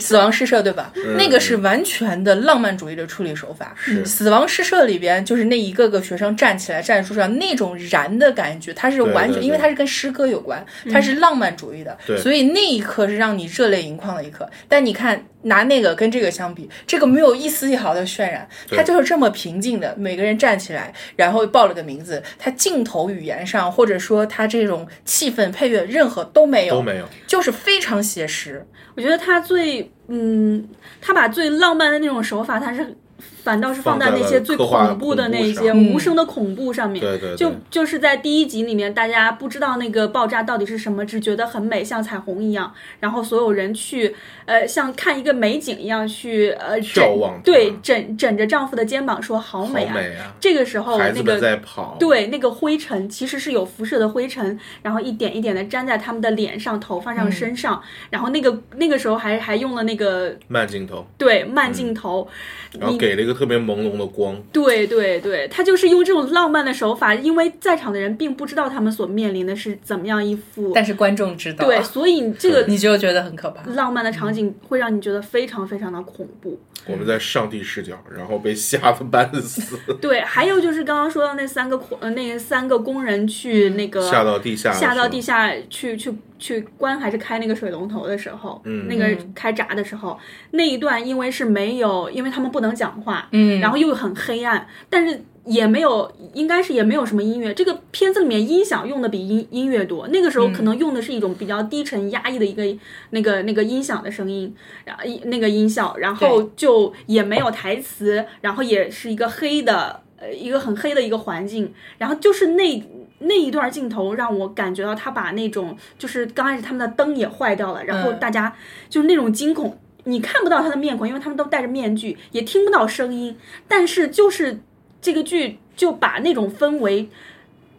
[SPEAKER 1] 死 [laughs] 亡诗社对吧？那个是完全的浪漫主义的处理手法。
[SPEAKER 3] 嗯是
[SPEAKER 1] 死亡诗社里边就是那一个个学生站起来站在树上那种燃的感觉，它是
[SPEAKER 3] 对
[SPEAKER 1] 完
[SPEAKER 3] 对
[SPEAKER 1] 全，因为
[SPEAKER 3] 对
[SPEAKER 1] 它是跟诗歌有关，它是浪漫主义的，
[SPEAKER 3] 对
[SPEAKER 1] 所以那一刻是让你热泪盈眶的一刻。但你看拿那个跟这个相比，这个没有一丝一毫的渲染，
[SPEAKER 3] 对
[SPEAKER 1] 它就是这么平静的，每个人站起来，然后报了个名字，它镜头语言上或者说它这种气氛配乐任何都没有，
[SPEAKER 3] 都没有。
[SPEAKER 1] 就是非常写实。
[SPEAKER 4] 我觉得他最嗯，他把最浪漫的那种手法，他是反倒是放在
[SPEAKER 3] 放在
[SPEAKER 4] 那
[SPEAKER 3] 了
[SPEAKER 4] 些最
[SPEAKER 3] 刻画
[SPEAKER 4] 恐怖的
[SPEAKER 3] 恐怖
[SPEAKER 4] 那
[SPEAKER 3] 上
[SPEAKER 4] 些
[SPEAKER 1] 嗯
[SPEAKER 4] 无声的恐怖上面。
[SPEAKER 3] 对对对
[SPEAKER 4] 就就是在第一集里面，大家不知道那个爆炸到底是什么，只觉得很美，像彩虹一样。然后所有人去，呃，像看一个美景一样去，呃，
[SPEAKER 3] 眺
[SPEAKER 4] 枕
[SPEAKER 3] 望它
[SPEAKER 4] 对枕枕着丈夫的肩膀说：“好
[SPEAKER 3] 好
[SPEAKER 4] 美啊！”
[SPEAKER 3] 美啊！
[SPEAKER 4] 这个时候，
[SPEAKER 3] 孩
[SPEAKER 4] 那
[SPEAKER 3] 子们
[SPEAKER 4] 个
[SPEAKER 3] 在跑，
[SPEAKER 4] 对那个灰尘其实是有辐射的灰尘，然后一点一点的粘在他们的脸上、头发上、身上。然后那个那个时候还还用了那个
[SPEAKER 3] 慢镜头，
[SPEAKER 4] 对慢镜头，
[SPEAKER 3] 然后
[SPEAKER 4] 你
[SPEAKER 3] 给了一个特别朦胧的光，
[SPEAKER 4] 对对对，他就是用这种浪漫的手法，因为在场的人并不知道他们所面临的是怎么样一副
[SPEAKER 1] 但是观众知道，
[SPEAKER 4] 对，所以这个
[SPEAKER 1] 你就觉得很可怕。
[SPEAKER 4] [laughs] 浪漫的场景会让你觉得非常非常的恐怖。
[SPEAKER 3] 我们在上帝视角，然后被吓得半死，
[SPEAKER 4] 对，还有就是刚刚说到那三个恐呃那三个工人去那个
[SPEAKER 3] 下到地下，
[SPEAKER 4] 下到地，下去去去关还是开那个水龙头的时候，
[SPEAKER 3] 嗯
[SPEAKER 4] 那个
[SPEAKER 1] 嗯
[SPEAKER 4] 开闸的时候，那一段因为是没有，因为他们不能讲话，
[SPEAKER 1] 嗯
[SPEAKER 4] 然后又很黑暗，但是也没有，应该是也没有什么音乐。这个片子里面音响用的比音音乐多，那个
[SPEAKER 1] 嗯
[SPEAKER 4] 时候可能用的是一种比较低沉压抑的一个、那个那个音响的声音，然后一那个音效，然后就也没有台词，然后也是一个黑的。呃，一个很黑的一个环境，然后就是那那一段镜头让我感觉到他把那种就是刚开始他们的灯也坏掉了，然后
[SPEAKER 1] 嗯
[SPEAKER 4] 大家就是那种惊恐，你看不到他的面孔，因为他们都戴着面具，也听不到声音，但是就是这个剧就把那种氛围。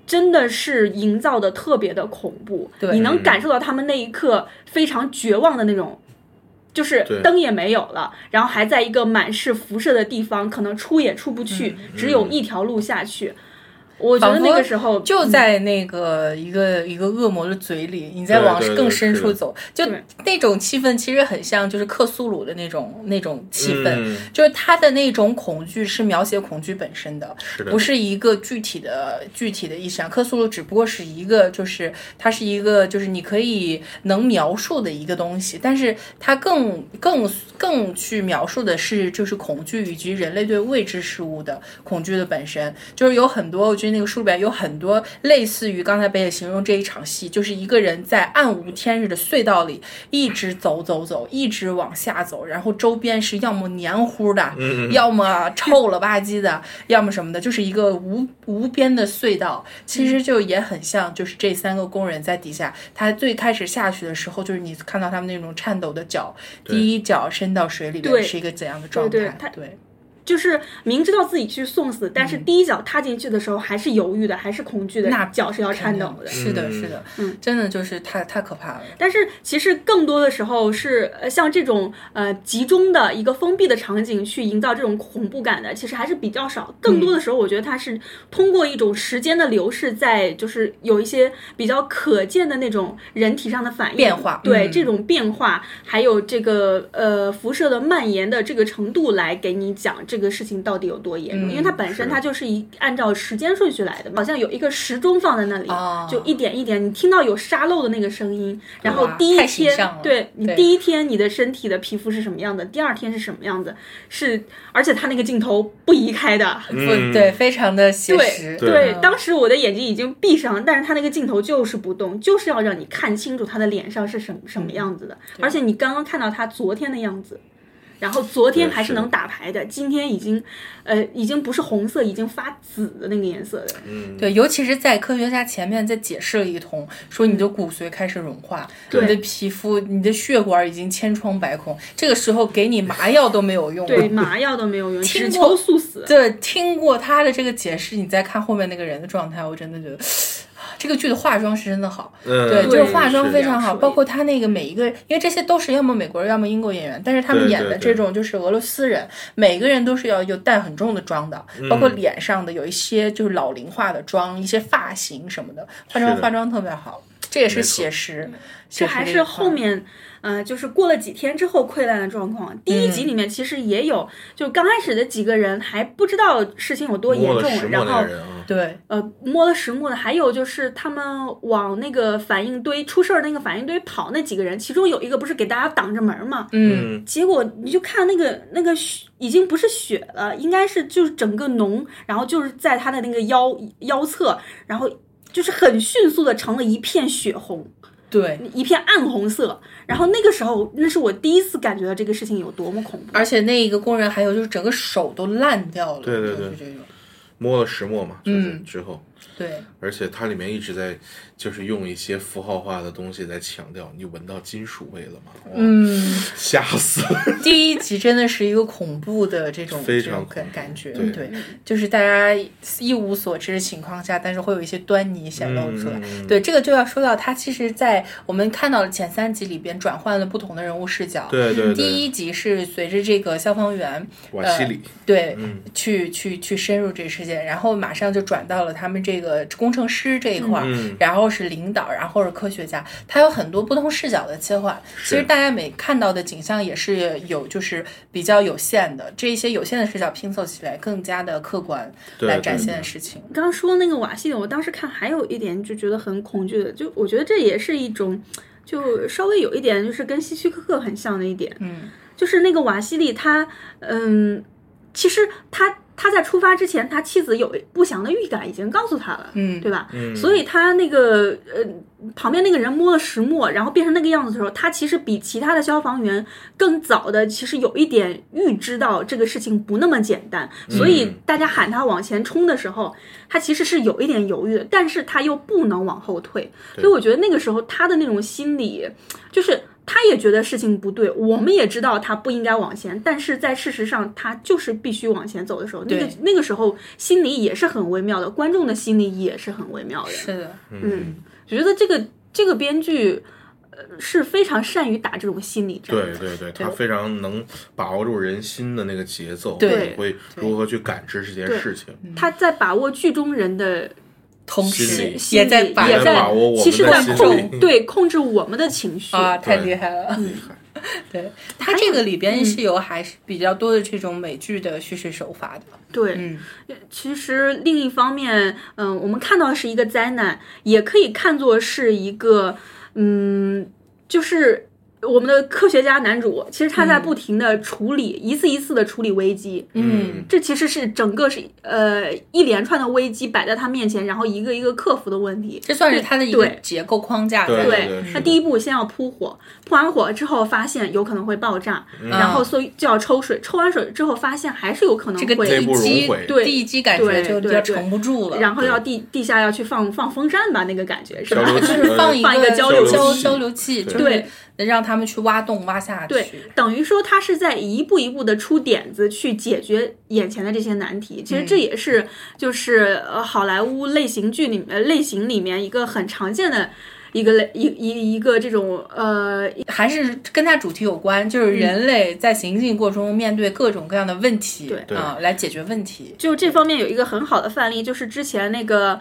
[SPEAKER 4] 真的是营造的特别的恐怖，
[SPEAKER 1] 对
[SPEAKER 4] 你能感受到他们那一刻非常绝望的那种，就是
[SPEAKER 3] 对
[SPEAKER 4] 灯也没有了，然后还在一个满是辐射的地方，可能出也出不去，
[SPEAKER 1] 嗯
[SPEAKER 4] 只有一条路下去。我觉得
[SPEAKER 1] 仿
[SPEAKER 4] 那
[SPEAKER 1] 佛
[SPEAKER 4] 个时候嗯
[SPEAKER 1] 就在那个一个一个恶魔的嘴里，你再
[SPEAKER 3] 对
[SPEAKER 1] 往
[SPEAKER 3] 对对
[SPEAKER 1] 更深
[SPEAKER 3] 是
[SPEAKER 1] 处
[SPEAKER 3] 的
[SPEAKER 1] 走，就
[SPEAKER 4] 对
[SPEAKER 1] 那种气氛其实很像就是克苏鲁的那种那种气氛，
[SPEAKER 3] 嗯
[SPEAKER 1] 就是他的那种恐惧是描写恐惧本身的，
[SPEAKER 3] 是的
[SPEAKER 1] 不是一个具体的具体的意象。克苏鲁只不过是一个，就是它是一个，就是你可以能描述的一个东西，但是它更更更去描述的是就是恐惧以及人类对未知事物的恐惧的本身。就是有很多，我觉得那个书里边有很多类似于刚才北野形容这一场戏，就是一个人在暗无天日的隧道里一直走走走，一直往下走，然后周边是要么黏糊的，
[SPEAKER 3] 嗯嗯
[SPEAKER 1] 要么臭了吧唧的， [laughs] 要么什么的，就是一个无无边的隧道。其实就也很像，就是这三个工人在底下，他最开始下去的时候，就是你看到他们那种颤抖的脚，
[SPEAKER 3] 对
[SPEAKER 1] 第一脚伸到水里
[SPEAKER 4] 对
[SPEAKER 1] 边是一个怎样的状态？
[SPEAKER 4] 对他
[SPEAKER 1] 对
[SPEAKER 4] 就是明知道自己去送死，但是第一脚踏进去的时候还是犹豫的，还是恐惧的，
[SPEAKER 1] 嗯那
[SPEAKER 4] 脚是要颤抖的。
[SPEAKER 1] 是的，
[SPEAKER 3] 嗯
[SPEAKER 1] 是的，
[SPEAKER 4] 嗯，
[SPEAKER 1] 真的就是太太可怕了。
[SPEAKER 4] 但是其实更多的时候是呃像这种呃集中的一个封闭的场景去营造这种恐怖感的，其实还是比较少。更多的时候，我觉得它是通过一种时间的流逝，在就是有一些比较可见的那种人体上的反应
[SPEAKER 1] 变化
[SPEAKER 4] 对、
[SPEAKER 1] 嗯
[SPEAKER 4] 这种变化，还有这个呃辐射的蔓延的这个程度来给你讲这个事情到底有多严重，
[SPEAKER 1] 嗯
[SPEAKER 4] 因为它本身
[SPEAKER 3] 是
[SPEAKER 4] 它就是一按照时间顺序来的，嘛，好像有一个时钟放在那里，
[SPEAKER 1] 哦
[SPEAKER 4] 就一点一点，你听到有沙漏的那个声音，然后
[SPEAKER 1] 哇
[SPEAKER 4] 第一
[SPEAKER 1] 太形
[SPEAKER 4] 天
[SPEAKER 1] 象了，
[SPEAKER 4] 对你
[SPEAKER 1] 对
[SPEAKER 4] 第一天你的身体的皮肤是什么样的，第二天是什么样子，是而且他那个镜头不移
[SPEAKER 1] [laughs]
[SPEAKER 4] 开的，
[SPEAKER 3] 嗯
[SPEAKER 1] 不对，非常的写
[SPEAKER 4] 对
[SPEAKER 1] 实。
[SPEAKER 3] 对
[SPEAKER 1] 嗯
[SPEAKER 4] 当时我的眼睛已经闭上了，但是他那个镜头就是不动，就是要让你看清楚他的脸上是什什么样
[SPEAKER 1] 嗯
[SPEAKER 4] 子的，而且你刚刚看到他昨天的样子。然后昨天
[SPEAKER 3] 对
[SPEAKER 4] 还
[SPEAKER 3] 是
[SPEAKER 4] 是能打牌的，今天已经，呃，已经不是红色，已经发紫的那个颜色的。
[SPEAKER 3] 嗯
[SPEAKER 1] 对，尤其是在科学家前面再解释了一通，说你的骨髓开始融化，
[SPEAKER 4] 对
[SPEAKER 1] 你的皮肤、你的血管已经千疮百孔，这个时候给你麻药都没有用。
[SPEAKER 4] 对，，麻药都没有用，只
[SPEAKER 1] 听
[SPEAKER 4] 求
[SPEAKER 1] 过
[SPEAKER 4] 速
[SPEAKER 1] [laughs]
[SPEAKER 4] 死。
[SPEAKER 1] 这听过他的这个解释，你再看后面那个人的状态，我真的觉得。 [sighs] 啊这个剧的化妆是真的好，
[SPEAKER 3] 嗯
[SPEAKER 1] 对，
[SPEAKER 4] 对
[SPEAKER 1] 就是化妆非常
[SPEAKER 4] 是
[SPEAKER 1] 好，包括他那个每一个，因为这些都是要么美国人，要么英国演员，但是他们
[SPEAKER 3] 对
[SPEAKER 1] 演
[SPEAKER 3] 对
[SPEAKER 1] 的
[SPEAKER 3] 对
[SPEAKER 1] 这种就是俄罗斯人，每个人都是要有带很重的妆的，
[SPEAKER 3] 嗯
[SPEAKER 1] 包括脸上的有一些就是老龄化的妆，一些发型什么的，化
[SPEAKER 3] 是
[SPEAKER 1] 妆
[SPEAKER 3] 的
[SPEAKER 1] 化妆特别好，这也
[SPEAKER 3] 没
[SPEAKER 1] 是
[SPEAKER 3] 错
[SPEAKER 1] 写实，
[SPEAKER 4] 嗯这
[SPEAKER 1] 这
[SPEAKER 4] 还是后面，呃，就是过了几天之后溃烂的状况。第
[SPEAKER 1] 嗯
[SPEAKER 4] 一集里面其实也有，就刚开始的几个人还不知道事情有多严
[SPEAKER 3] 摸了石
[SPEAKER 4] 重，
[SPEAKER 3] 墨
[SPEAKER 4] 然
[SPEAKER 3] 那
[SPEAKER 4] 后
[SPEAKER 3] 个人啊，
[SPEAKER 1] 对，
[SPEAKER 4] 呃摸了石墨的，还有就是他们往那个反应堆出事儿那个反应堆跑那几个人，其中有一个不是给大家挡着门嘛，
[SPEAKER 1] 嗯，
[SPEAKER 3] 嗯，
[SPEAKER 4] 结果你就看那个那个血已经不是血了，应该是就是整个脓，然后就是在他的那个腰腰侧，然后就是很迅速的成了一片血红。
[SPEAKER 1] 对，
[SPEAKER 4] 一片暗红色。然后那个时候，那是我第一次感觉到这个事情有多么恐怖。
[SPEAKER 1] 而且那一个工人还有就是整个手都烂掉了，
[SPEAKER 3] 对对对
[SPEAKER 1] 就是这种，
[SPEAKER 3] 摸了石墨嘛，就是
[SPEAKER 1] 嗯
[SPEAKER 3] 之后，
[SPEAKER 1] 对，
[SPEAKER 3] 而且它里面一直在就是用一些符号化的东西在强调，你闻到金属味了吗？哇，
[SPEAKER 1] 嗯。
[SPEAKER 3] 吓死
[SPEAKER 1] [laughs]
[SPEAKER 3] 了！
[SPEAKER 1] 第一集真的是一个恐怖的这种
[SPEAKER 3] 非
[SPEAKER 1] 这
[SPEAKER 3] 常
[SPEAKER 1] 种
[SPEAKER 3] 恐
[SPEAKER 1] 感
[SPEAKER 3] 怖
[SPEAKER 1] 感觉，
[SPEAKER 3] 对
[SPEAKER 1] 就是大家一无所知的情况下，但是会有一些端倪显露出来。
[SPEAKER 3] 嗯
[SPEAKER 1] 对，这个就要说到它，其实，在我们看到的前三集里边，转换了不同的人物视角。
[SPEAKER 3] 对对对，
[SPEAKER 1] 第一集是随着这个消防员
[SPEAKER 3] 瓦西里，
[SPEAKER 1] 对、
[SPEAKER 3] 嗯
[SPEAKER 1] 去去去深入这个事件，然后马上就转到了他们这个工程师这一块儿，
[SPEAKER 3] 嗯，
[SPEAKER 1] 然后是领导，然后是科学家，他有很多不同视角的切换。
[SPEAKER 3] 是
[SPEAKER 1] 其实大家每看到的景象也是有，就是比较有限的，这一些有限的视角拼凑起来，更加的客观
[SPEAKER 3] 对
[SPEAKER 1] 来
[SPEAKER 3] 对
[SPEAKER 1] 展
[SPEAKER 3] 对
[SPEAKER 1] 现事情。
[SPEAKER 4] 刚刚说那个瓦西里，我当时看还有一点就觉得很恐惧的，就我觉得这也是一种，就稍微有一点就是跟希区柯克很像的一点，
[SPEAKER 1] 嗯，
[SPEAKER 4] 就是那个瓦西里他，嗯，其实他他在出发之前，他妻子有不祥的预感已经告诉他了，
[SPEAKER 1] 嗯
[SPEAKER 4] 对吧？
[SPEAKER 3] 嗯
[SPEAKER 4] 所以他那个呃，旁边那个人摸了石墨，然后变成那个样子的时候，他其实比其他的消防员更早的，其实有一点预知到这个事情不那么简单，所以大家喊他往前冲的时候，他其实是有一点犹豫的，但是他又不能往后退，
[SPEAKER 3] 对
[SPEAKER 4] 所以我觉得那个时候他的那种心理，就是他也觉得事情不对，我们也知道他不应该往前，但是在事实上他就是必须往前走的时候，那个
[SPEAKER 1] 对
[SPEAKER 4] 那个时候心理也是很微妙的，观众
[SPEAKER 3] 嗯
[SPEAKER 4] 的心理也是很微妙的。
[SPEAKER 1] 是的，
[SPEAKER 4] 我觉得这个这个编剧，呃是非常善于打这种心
[SPEAKER 1] 呃
[SPEAKER 4] 理战。
[SPEAKER 3] 对对对，他非常能把握住人心的那个节奏，
[SPEAKER 1] 对嗯
[SPEAKER 3] 会如何去感知这件事情，
[SPEAKER 4] 他在把握剧中人的
[SPEAKER 1] 同
[SPEAKER 3] 心
[SPEAKER 1] 时
[SPEAKER 3] 理
[SPEAKER 1] 也在
[SPEAKER 4] 心理
[SPEAKER 1] 把
[SPEAKER 4] 也
[SPEAKER 3] 在
[SPEAKER 4] 在
[SPEAKER 3] 把握我
[SPEAKER 4] 其
[SPEAKER 3] 们
[SPEAKER 4] 实
[SPEAKER 3] 的
[SPEAKER 4] 在
[SPEAKER 3] 心理
[SPEAKER 4] 控对控制我们的情绪。
[SPEAKER 1] 啊，太
[SPEAKER 3] 对
[SPEAKER 1] 厉害了。
[SPEAKER 3] 厉害。
[SPEAKER 1] 对，它这个里
[SPEAKER 4] 嗯
[SPEAKER 1] 边是有还是比较多的这种美剧的叙事手法的。
[SPEAKER 4] 对，
[SPEAKER 1] 嗯，
[SPEAKER 4] 其实另一方面，嗯、我们看到的是一个灾难，也可以看作是一个，嗯，就是我们的科学家男主，其实他在不停的处理、一次一次的处理危机。
[SPEAKER 1] 嗯，
[SPEAKER 4] 这其实是整个是呃一连串的危机摆在他面前，然后一个一个克服的问题。
[SPEAKER 1] 这算是它的一个
[SPEAKER 4] 对
[SPEAKER 1] 结构框架
[SPEAKER 3] 对
[SPEAKER 1] 在。
[SPEAKER 3] 对是
[SPEAKER 4] 那
[SPEAKER 3] 的
[SPEAKER 4] 第一步先要扑火，扑完火之后发现有可能会爆炸，
[SPEAKER 3] 嗯
[SPEAKER 4] 然后所以就要抽水，抽完水之后发现还是有可能
[SPEAKER 1] 这个
[SPEAKER 4] 会
[SPEAKER 3] 内
[SPEAKER 1] 地
[SPEAKER 3] 部融
[SPEAKER 1] 基
[SPEAKER 3] 汇，
[SPEAKER 4] 对
[SPEAKER 1] 地基感觉
[SPEAKER 4] 对
[SPEAKER 1] 就
[SPEAKER 4] 对
[SPEAKER 1] 要
[SPEAKER 4] 对
[SPEAKER 1] 承不住了。
[SPEAKER 4] 然后要地地下要去放放风扇吧，那个感觉是吧
[SPEAKER 1] [laughs]
[SPEAKER 3] 交？流
[SPEAKER 1] 就
[SPEAKER 3] 器
[SPEAKER 1] 是放
[SPEAKER 4] 放一
[SPEAKER 1] 个
[SPEAKER 4] 个交
[SPEAKER 1] 流
[SPEAKER 4] 流
[SPEAKER 1] 交
[SPEAKER 3] 呃器
[SPEAKER 1] 流器，
[SPEAKER 3] 对
[SPEAKER 1] 就是让他们去挖洞挖下去。
[SPEAKER 4] 对，等于说他是在一步一步的出点子去解决眼前的这些难题。其实
[SPEAKER 1] 嗯
[SPEAKER 4] 这也是就是呃好莱坞类型剧里呃类型里面一个很常见的一个类一一一个这种呃
[SPEAKER 1] 还是跟它主题有关，就是
[SPEAKER 4] 嗯
[SPEAKER 1] 人类在行进过程中面对各种各样的问题，
[SPEAKER 4] 对
[SPEAKER 3] 对
[SPEAKER 1] 啊，来解决问题。
[SPEAKER 4] 就这方面有一个很好的范例，就是之前那个，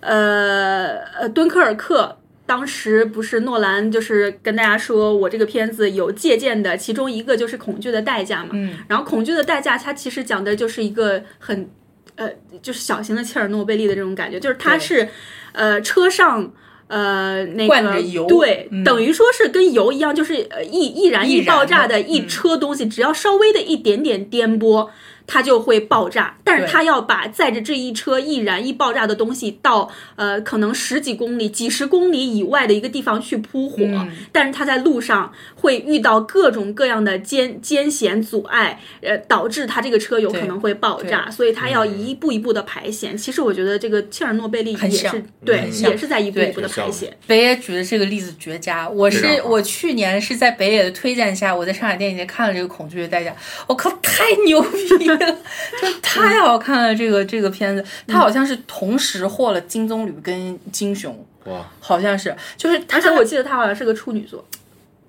[SPEAKER 4] 呃呃，敦刻尔克。当时不是诺兰就是跟大家说，我这个片子有借鉴的，其中一个就是《恐惧的代价》嘛。
[SPEAKER 1] 嗯。
[SPEAKER 4] 然后，《恐惧的代价》它其实讲的就是一个很，呃，就是小型的切尔诺贝利的这种感觉，就是它
[SPEAKER 1] 对
[SPEAKER 4] 是，呃，车上。呃，那
[SPEAKER 1] 灌着
[SPEAKER 4] 个
[SPEAKER 1] 油
[SPEAKER 4] 对，
[SPEAKER 1] 嗯
[SPEAKER 4] 等于说是跟油一样，就是呃易易燃
[SPEAKER 1] 易
[SPEAKER 4] 易
[SPEAKER 1] 燃
[SPEAKER 4] 爆炸
[SPEAKER 1] 的
[SPEAKER 4] 的一
[SPEAKER 1] 嗯
[SPEAKER 4] 车东西，只要稍微的一点点颠簸，它就会爆炸，但是
[SPEAKER 1] 对
[SPEAKER 4] 它要把载着这一车易燃易爆炸的东西到呃可能十几公里、几十公里以外的一个地方去扑火，
[SPEAKER 1] 嗯
[SPEAKER 4] 但是它在路上会遇到各种各样的艰艰险阻碍，呃，导致它这个车有可能会爆炸，所以它要一步一步的排险。其实我觉得这个切尔诺贝利
[SPEAKER 1] 很
[SPEAKER 4] 也
[SPEAKER 1] 像
[SPEAKER 4] 是对，
[SPEAKER 1] 很像
[SPEAKER 4] 也是在一步
[SPEAKER 1] 对
[SPEAKER 4] 一步的
[SPEAKER 3] 挺像
[SPEAKER 4] 排
[SPEAKER 3] 的
[SPEAKER 4] 险。
[SPEAKER 1] 北野举的这个例子绝佳。我
[SPEAKER 3] 非
[SPEAKER 1] 是
[SPEAKER 3] 常好
[SPEAKER 1] 我去年是在北野的推荐下，我在上海电影节看了这个《恐惧的代价》，我靠，太牛逼了，就太好看了！这个这个片子，它好像是同时获了金棕榈跟金熊，
[SPEAKER 3] 嗯哇，
[SPEAKER 1] 好像是，就是它
[SPEAKER 4] 而且我记得它好像是个处女座，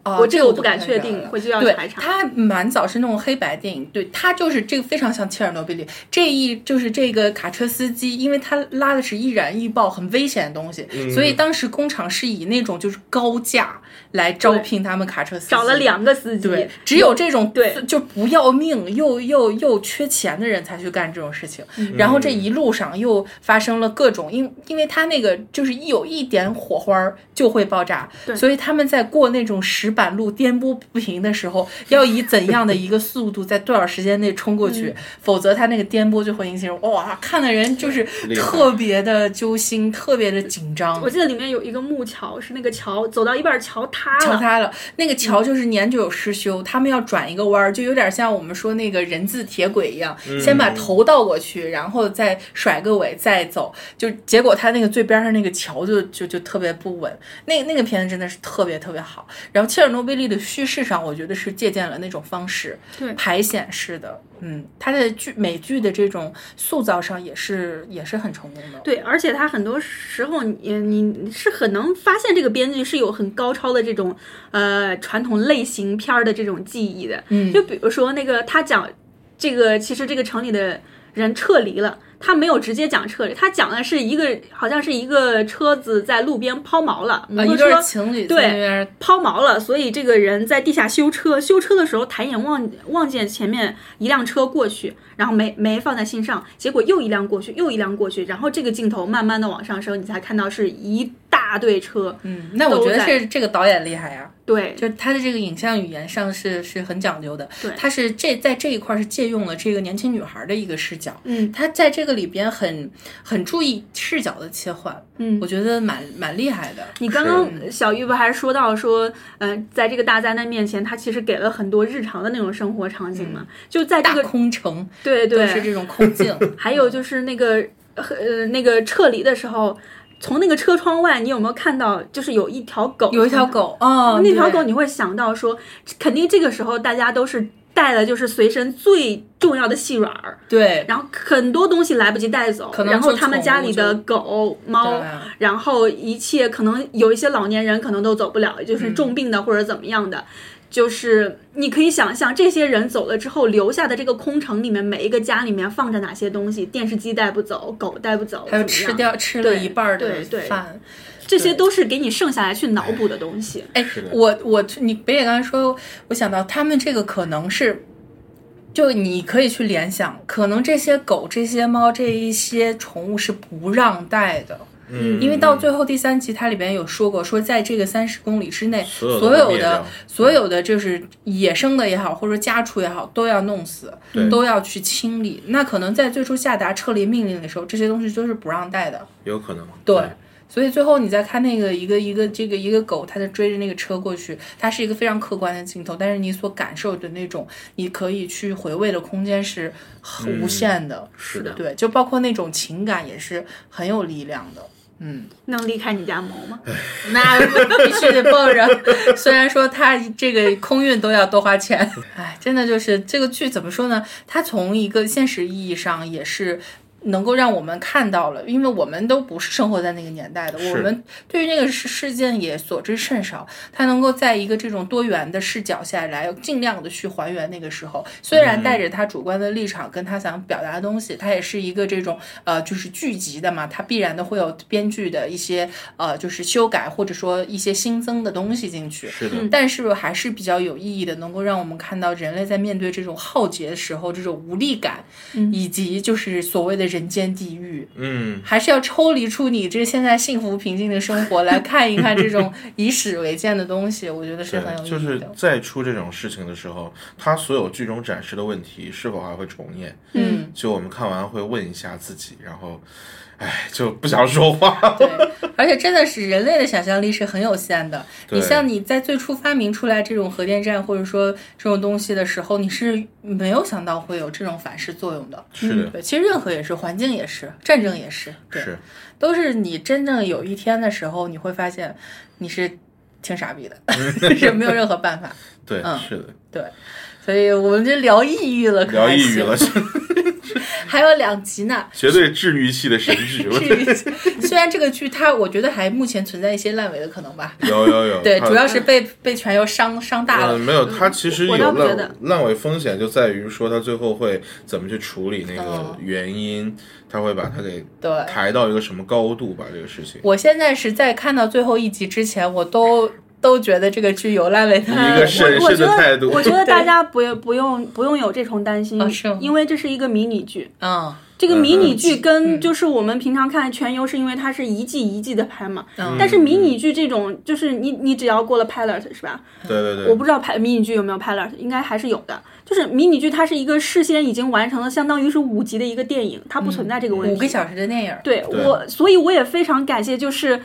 [SPEAKER 1] 啊，
[SPEAKER 4] 我这个
[SPEAKER 1] 我
[SPEAKER 4] 我
[SPEAKER 1] 就
[SPEAKER 4] 不敢
[SPEAKER 1] 太
[SPEAKER 4] 确
[SPEAKER 1] 了
[SPEAKER 4] 定，回去要
[SPEAKER 1] 对
[SPEAKER 4] 查一，查。
[SPEAKER 1] 它蛮早是那种黑白电影，对，它就是这个非常像切尔诺贝利。这一就是这个卡车司机，因为他拉的是易燃易爆、很危险的东西，所以当时工厂是以那种就是高价来招聘他们卡车司机，
[SPEAKER 4] 找了。两个司机，
[SPEAKER 1] 对，只有这种
[SPEAKER 4] 对
[SPEAKER 1] 就不要命又又又缺钱的人才去干这种事情。
[SPEAKER 4] 嗯
[SPEAKER 1] 然后这
[SPEAKER 3] 嗯
[SPEAKER 1] 一路上又发生了各种，因因为他那个就是一有一点火花儿就会爆炸，
[SPEAKER 4] 对
[SPEAKER 1] 所以他们在过那种石板路颠簸不平的时候，要以怎样的一个速度在多少时间内冲过
[SPEAKER 4] 嗯
[SPEAKER 1] 去，否则他那个颠簸就会引起人哇，看的人就是
[SPEAKER 3] 厉害
[SPEAKER 1] 特别的揪心，特别的紧张
[SPEAKER 4] 我。记得里面有一个木桥，是那个桥走到一半儿桥塌
[SPEAKER 1] 桥
[SPEAKER 4] 了，
[SPEAKER 1] 塌了，那个
[SPEAKER 4] 嗯
[SPEAKER 1] 桥就是年久失修，他们要转一个弯儿，就有点像我们说那个人字铁轨一样，先把头倒过去，然后再甩个尾再走，就结果他那个最边上那个桥就就就特别不稳。那那个片子真的是特别特别好。然后切尔诺贝利的叙事上，我觉得是借鉴了那种方式，
[SPEAKER 4] 对
[SPEAKER 1] 排险式的，嗯，他的剧美剧的这种塑造上也是也是很成功的。
[SPEAKER 4] 对，而且他很多时候你你你是很能发现这个编剧是有很高超的这种呃传统类型片儿的这种技艺的，
[SPEAKER 1] 嗯
[SPEAKER 4] 就比如说那个他讲这个其实这个城里的人撤离了。他没有直接讲撤离，他讲的是一个好像是一个车子在路边抛锚了，
[SPEAKER 1] 啊，
[SPEAKER 4] 摩
[SPEAKER 1] 一
[SPEAKER 4] 托
[SPEAKER 1] 对
[SPEAKER 4] 车
[SPEAKER 1] 儿情侣在
[SPEAKER 4] 对
[SPEAKER 1] 那边
[SPEAKER 4] 抛锚了，所以这个人在地下修车，修车的时候抬眼望望见前面一辆车过去，然后没没放在心上，结果又一辆过去，又一辆过去，然后这个镜头慢慢的往上升，你才看到是一大队车，
[SPEAKER 1] 嗯，那我觉得
[SPEAKER 4] 都在
[SPEAKER 1] 是这个导演厉害呀、
[SPEAKER 4] 对
[SPEAKER 1] 就是他的这个影像语言上是是很讲究的，
[SPEAKER 4] 对
[SPEAKER 1] 他是这在这一块是借用了这个年轻女孩的一个视角，
[SPEAKER 4] 嗯
[SPEAKER 1] 他在这个里边很很注意视角的切换，
[SPEAKER 4] 嗯
[SPEAKER 1] 我。觉得蛮蛮厉害的，
[SPEAKER 4] 你刚刚小玉不还说到说，呃，在这个大灾难面前，他其实给了很多日常的那种生活场景嘛，就在这
[SPEAKER 1] 嗯大
[SPEAKER 4] 个
[SPEAKER 1] 空城
[SPEAKER 4] 对
[SPEAKER 1] 都
[SPEAKER 4] 对
[SPEAKER 1] 是这种空镜，
[SPEAKER 4] [laughs] 还有就是那个呃那个撤离的时候，从那个车窗外，你有没有看到就是有一条狗？
[SPEAKER 1] 有一条。狗哦，
[SPEAKER 4] 那条
[SPEAKER 1] 对
[SPEAKER 4] 狗你会想到说，肯定这个时候大家都是带的就是随身最重要的细软儿，
[SPEAKER 1] 对，
[SPEAKER 4] 然后很多东西来不及带走，
[SPEAKER 1] 可能
[SPEAKER 4] 然后
[SPEAKER 1] 就
[SPEAKER 4] 他们
[SPEAKER 1] 宠
[SPEAKER 4] 家
[SPEAKER 1] 物
[SPEAKER 4] 里
[SPEAKER 1] 就
[SPEAKER 4] 的狗、猫
[SPEAKER 1] 对啊，
[SPEAKER 4] 然后一切可能有一些老年人可能都走不了，
[SPEAKER 1] 嗯
[SPEAKER 4] 就是重病的或者怎么样的。就是你可以想象，这些人走了之后留下的这个空城里面，每一个家里面放着哪些东西？电视机带不走，狗带不走，
[SPEAKER 1] 还有
[SPEAKER 4] 怎么
[SPEAKER 1] 吃
[SPEAKER 4] 样，
[SPEAKER 1] 掉吃了
[SPEAKER 4] 对
[SPEAKER 1] 一半儿的
[SPEAKER 4] 对对
[SPEAKER 1] 饭，
[SPEAKER 4] 这些都是给你剩下来去脑补的东西。
[SPEAKER 1] 哎
[SPEAKER 3] 是的，
[SPEAKER 1] 我我你北野刚才说，我想到他们这个可能是，就你可以去联想，可能这些狗、这些猫、这一些宠物是不让带的，
[SPEAKER 3] 嗯，
[SPEAKER 1] 因为到最后第三集它里边有说过，说在这个三十公里之内，
[SPEAKER 3] 所
[SPEAKER 1] 所有
[SPEAKER 3] 有的都灭掉
[SPEAKER 1] 的所有的就是野生的也好，或者说家畜也好，都要弄死
[SPEAKER 3] 对，
[SPEAKER 1] 都要去清理。那可能在最初下达撤离命令的时候，这些东西都是不让带的。
[SPEAKER 3] 嗯有可能
[SPEAKER 1] 对，所以最后你再看那个一个一个这个一个狗，它在追着那个车过去，它是一个非常客观的镜头，但是你所感受的那种，你可以去回味的空间是很无限嗯的。
[SPEAKER 3] 是的，
[SPEAKER 1] 对，就包括那种情感也是很有力量的。嗯，
[SPEAKER 4] 能离开你家猫吗？
[SPEAKER 1] [laughs] 那 [laughs] 必须得蹦着。 [laughs] 虽然说它这个空运都要多花钱，哎，真的就是这个剧怎么说呢？它从一个现实意义上也是。能够让我们看到了，因为我们都不是生活在那个年代的，
[SPEAKER 3] 是
[SPEAKER 1] 我们对于那个事事件也所知甚少。它能够在一个这种多元的视角下来，尽量的去还原那个时候。虽然带着他主观的立场跟他想表达的东西，它也是一个这种呃，就是剧集的嘛，它必然的会有编剧的一些呃，就是修改或者说一些新增的东西进去。
[SPEAKER 3] 是的，
[SPEAKER 1] 但是还是比较有意义的，能够让我们看到人类在面对这种浩劫的时候，这种无力感，以及就是所谓的人间地狱，
[SPEAKER 3] 嗯，
[SPEAKER 1] 还是要抽离出你这现在幸福平静的生活来看一看这种以史为鉴的东西，我觉得是很有
[SPEAKER 3] 对，
[SPEAKER 1] 意义
[SPEAKER 3] 就
[SPEAKER 1] 的。
[SPEAKER 3] 是再出这种事情的时候，他所有剧中展示的问题是否还会重演？
[SPEAKER 1] 嗯，
[SPEAKER 3] 就我们看完会问一下自己，然后，哎，就不想说话。 [laughs]
[SPEAKER 1] 嗯对，而且真的是人类的想象力是很有限的。
[SPEAKER 3] 对
[SPEAKER 1] 你像你在最初发明出来这种核电站或者说这种东西的时候，你是没有想到会有这种反噬作用的。
[SPEAKER 3] 是的，
[SPEAKER 1] 对，其实任何也是，环境也是，战争也是，对，
[SPEAKER 3] 是
[SPEAKER 1] 都是你真正有一天的时候，你会发现你是挺傻逼的，
[SPEAKER 3] [laughs]
[SPEAKER 1] 是没有任何办法。
[SPEAKER 3] 对，
[SPEAKER 1] 嗯
[SPEAKER 3] 是的，
[SPEAKER 1] 对，所以我们就聊抑郁了，可
[SPEAKER 3] 聊
[SPEAKER 1] 还
[SPEAKER 3] 抑郁了，
[SPEAKER 1] 行还有两集呢。
[SPEAKER 3] [laughs]
[SPEAKER 1] [laughs]
[SPEAKER 3] 绝对治愈系的神剧。我
[SPEAKER 1] 至于虽然这个剧它，我觉得还目前存在一些烂尾的可能吧。
[SPEAKER 3] 有有有，
[SPEAKER 1] 对，
[SPEAKER 3] 他
[SPEAKER 1] 主要
[SPEAKER 4] 嗯
[SPEAKER 1] 是被被全游伤伤大
[SPEAKER 3] 嗯，
[SPEAKER 1] 了。
[SPEAKER 3] 没有，它其实有
[SPEAKER 4] 我倒不觉
[SPEAKER 3] 烂
[SPEAKER 4] 得
[SPEAKER 3] 烂尾风险，就在于说它最后会怎么去处理那个
[SPEAKER 1] 哦
[SPEAKER 3] 原因，它会把它给
[SPEAKER 1] 对，
[SPEAKER 3] 抬到一个什么高度吧，这个事情。
[SPEAKER 1] 我现在是在看到最后一集之前，我都都觉得这个剧有烂尾的。
[SPEAKER 3] 嗯一个审
[SPEAKER 4] 嗯我
[SPEAKER 3] 慎
[SPEAKER 4] 觉
[SPEAKER 3] 的态
[SPEAKER 4] 得，
[SPEAKER 3] 度，
[SPEAKER 4] 我觉得大家不要不用不用有这重担心
[SPEAKER 1] 啊是吗，
[SPEAKER 4] 因为这是一个迷你剧。
[SPEAKER 1] 嗯，
[SPEAKER 4] 这个迷你
[SPEAKER 1] 嗯
[SPEAKER 4] 剧
[SPEAKER 1] 嗯
[SPEAKER 4] 跟就是我们平常看全游，是因为它是一季一季的拍嘛。
[SPEAKER 1] 嗯
[SPEAKER 4] 但是迷你剧这种，就是你你只要过了 pilot 是吧？
[SPEAKER 3] 嗯对对对，
[SPEAKER 4] 我不知道拍迷你剧有没有 pilot，应该还是有的。就是迷你剧它是一个事先已经完成了，相当于是五集的一个电影，它不存在这个问
[SPEAKER 1] 五
[SPEAKER 4] 题。
[SPEAKER 1] 个小时的电影。
[SPEAKER 4] 对
[SPEAKER 3] 对
[SPEAKER 4] 我，所以我也非常感谢，就是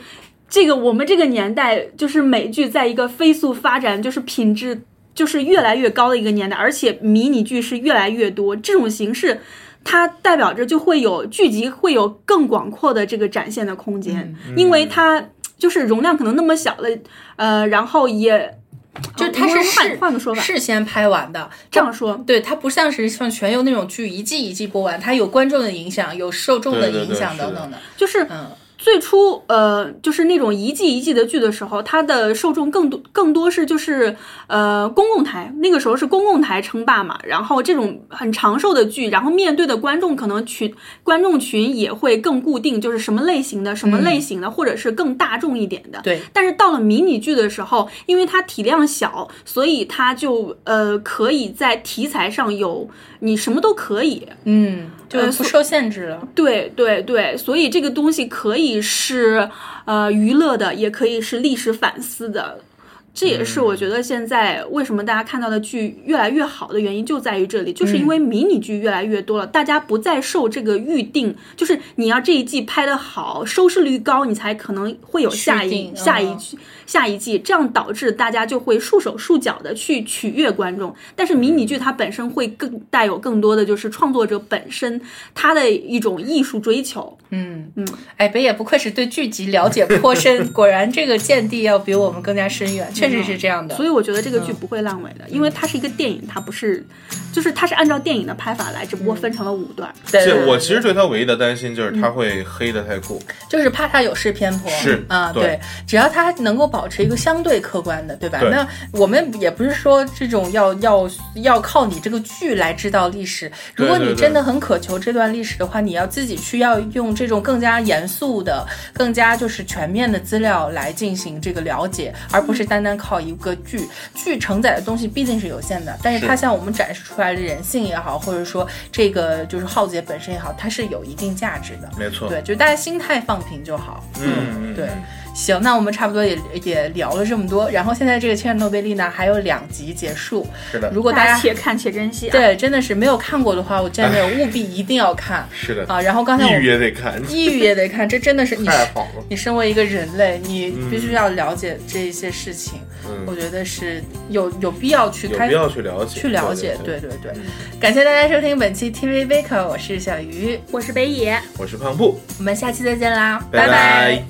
[SPEAKER 4] 这个我们这个年代，就是美剧在一个飞速发展，就是品质就是越来越高的一个年代，而且迷你剧是越来越多，这种形式。它代表着就会有剧集会有更广阔的这个展现的空间，因
[SPEAKER 1] 嗯
[SPEAKER 4] 为它就是容量可能那么小的，呃，然后也呃
[SPEAKER 1] 就它是
[SPEAKER 4] 哦我
[SPEAKER 1] 事
[SPEAKER 4] 换换个说法，
[SPEAKER 1] 事先拍完的，
[SPEAKER 4] 这样说，
[SPEAKER 1] 对它不像是像全游那种剧一季一季播完，它有观众的影响，有受众的
[SPEAKER 3] 对对对
[SPEAKER 1] 影响
[SPEAKER 3] 是的
[SPEAKER 1] 等等的。
[SPEAKER 4] 就是
[SPEAKER 1] 嗯，
[SPEAKER 4] 最初呃，就是那种一季一季的剧的时候，它的受众更多更多是就是呃公共台，那个时候是公共台称霸嘛，然后这种很长寿的剧，然后面对的观众可能群观众群也会更固定，就是什么类型的什么类型的，或者是更大众一点的。
[SPEAKER 1] 对，
[SPEAKER 4] 但是到了迷你剧的时候，因为它体量小，所以它就呃可以在题材上有你什么都可以，
[SPEAKER 1] 嗯，就
[SPEAKER 4] 呃
[SPEAKER 1] 不
[SPEAKER 4] 所
[SPEAKER 1] 受限制了。
[SPEAKER 4] 对对对，所以这个东西可以是呃娱乐的，也可以是历史反思的。这也是
[SPEAKER 1] 嗯
[SPEAKER 4] 我觉得现在为什么大家看到的剧越来越好的原因，就在于这里，就是
[SPEAKER 1] 嗯
[SPEAKER 4] 因为迷你剧越来越多了，大家不再受这个预定，就是你要这一季拍得好，收视率高，你才可能会有下
[SPEAKER 1] 续
[SPEAKER 4] 一
[SPEAKER 1] 订
[SPEAKER 4] 下一
[SPEAKER 1] 嗯
[SPEAKER 4] 季下一季，这样导致大家就会束手束脚的去取悦观众。但是迷你剧它本身会更带有更多的就是创作者本身他的一种艺术追求。
[SPEAKER 1] 嗯
[SPEAKER 4] 嗯，
[SPEAKER 1] 哎，北野不愧是对剧集了解颇深，果然这个见地要比我们更加深远。确确实是这样的
[SPEAKER 4] 所以我觉得这个剧
[SPEAKER 1] 嗯
[SPEAKER 4] 不会烂尾的，因为它是一个电影，它不是，就是它是按照电影的拍法来，只不过分成了五段。
[SPEAKER 1] 嗯对
[SPEAKER 3] 这
[SPEAKER 1] 对，
[SPEAKER 3] 我其实对他唯一的担心就是
[SPEAKER 1] 嗯
[SPEAKER 3] 他会黑的太酷，
[SPEAKER 1] 就是怕他有失偏颇，
[SPEAKER 3] 是
[SPEAKER 1] 啊，
[SPEAKER 3] 对
[SPEAKER 1] 对，只要他能够保持一个相对客观的，对吧？
[SPEAKER 3] 对
[SPEAKER 1] 那我们也不是说这种要要要靠你这个剧来知道历史。如果
[SPEAKER 3] 对
[SPEAKER 1] 你
[SPEAKER 3] 对
[SPEAKER 1] 真的很渴求这段历史的话，你要自己去要用这种更加严肃的、更加就是全面的资料来进行这个了解，而不
[SPEAKER 3] 嗯
[SPEAKER 1] 是单单靠一个剧。剧承载的东西毕竟是有限的，但是它
[SPEAKER 3] 是
[SPEAKER 1] 向我们展示出来的人性也好，或者说这个就是浩劫本身也好，它是有一定价值的。
[SPEAKER 3] 没错，
[SPEAKER 1] 对，就大家心态放平就好。
[SPEAKER 3] 嗯嗯，
[SPEAKER 1] 对
[SPEAKER 3] 嗯
[SPEAKER 1] 行，那我们差不多也也聊了这么多，然后现在这个《切尔诺贝利》呢还有两集结束，
[SPEAKER 3] 是的，
[SPEAKER 1] 如果大
[SPEAKER 4] 大家
[SPEAKER 1] 家
[SPEAKER 4] 且看且珍惜啊！
[SPEAKER 1] 对真的是没有看过的话，我建议务必一定要看
[SPEAKER 3] 是的，
[SPEAKER 1] 啊。然后刚才
[SPEAKER 3] [laughs] 抑
[SPEAKER 1] 我嗯
[SPEAKER 3] 郁
[SPEAKER 1] 们
[SPEAKER 3] 也得看，
[SPEAKER 1] [laughs] 抑郁也得看，这真的是你
[SPEAKER 3] 太好了，
[SPEAKER 1] 你身为一个人类，你
[SPEAKER 3] 嗯
[SPEAKER 1] 必须要了解这一些事情，我
[SPEAKER 3] 嗯，
[SPEAKER 1] 觉得是有有必要去
[SPEAKER 3] 有
[SPEAKER 1] 开
[SPEAKER 3] 必要去了解，嗯
[SPEAKER 1] 去了解，
[SPEAKER 3] 对，
[SPEAKER 1] 对对对。感谢大家收听本期 TV Baker，我是小鱼，
[SPEAKER 4] 我是北野。
[SPEAKER 3] 我是胖布，
[SPEAKER 1] 我们下期再见啦，
[SPEAKER 3] 拜
[SPEAKER 1] 拜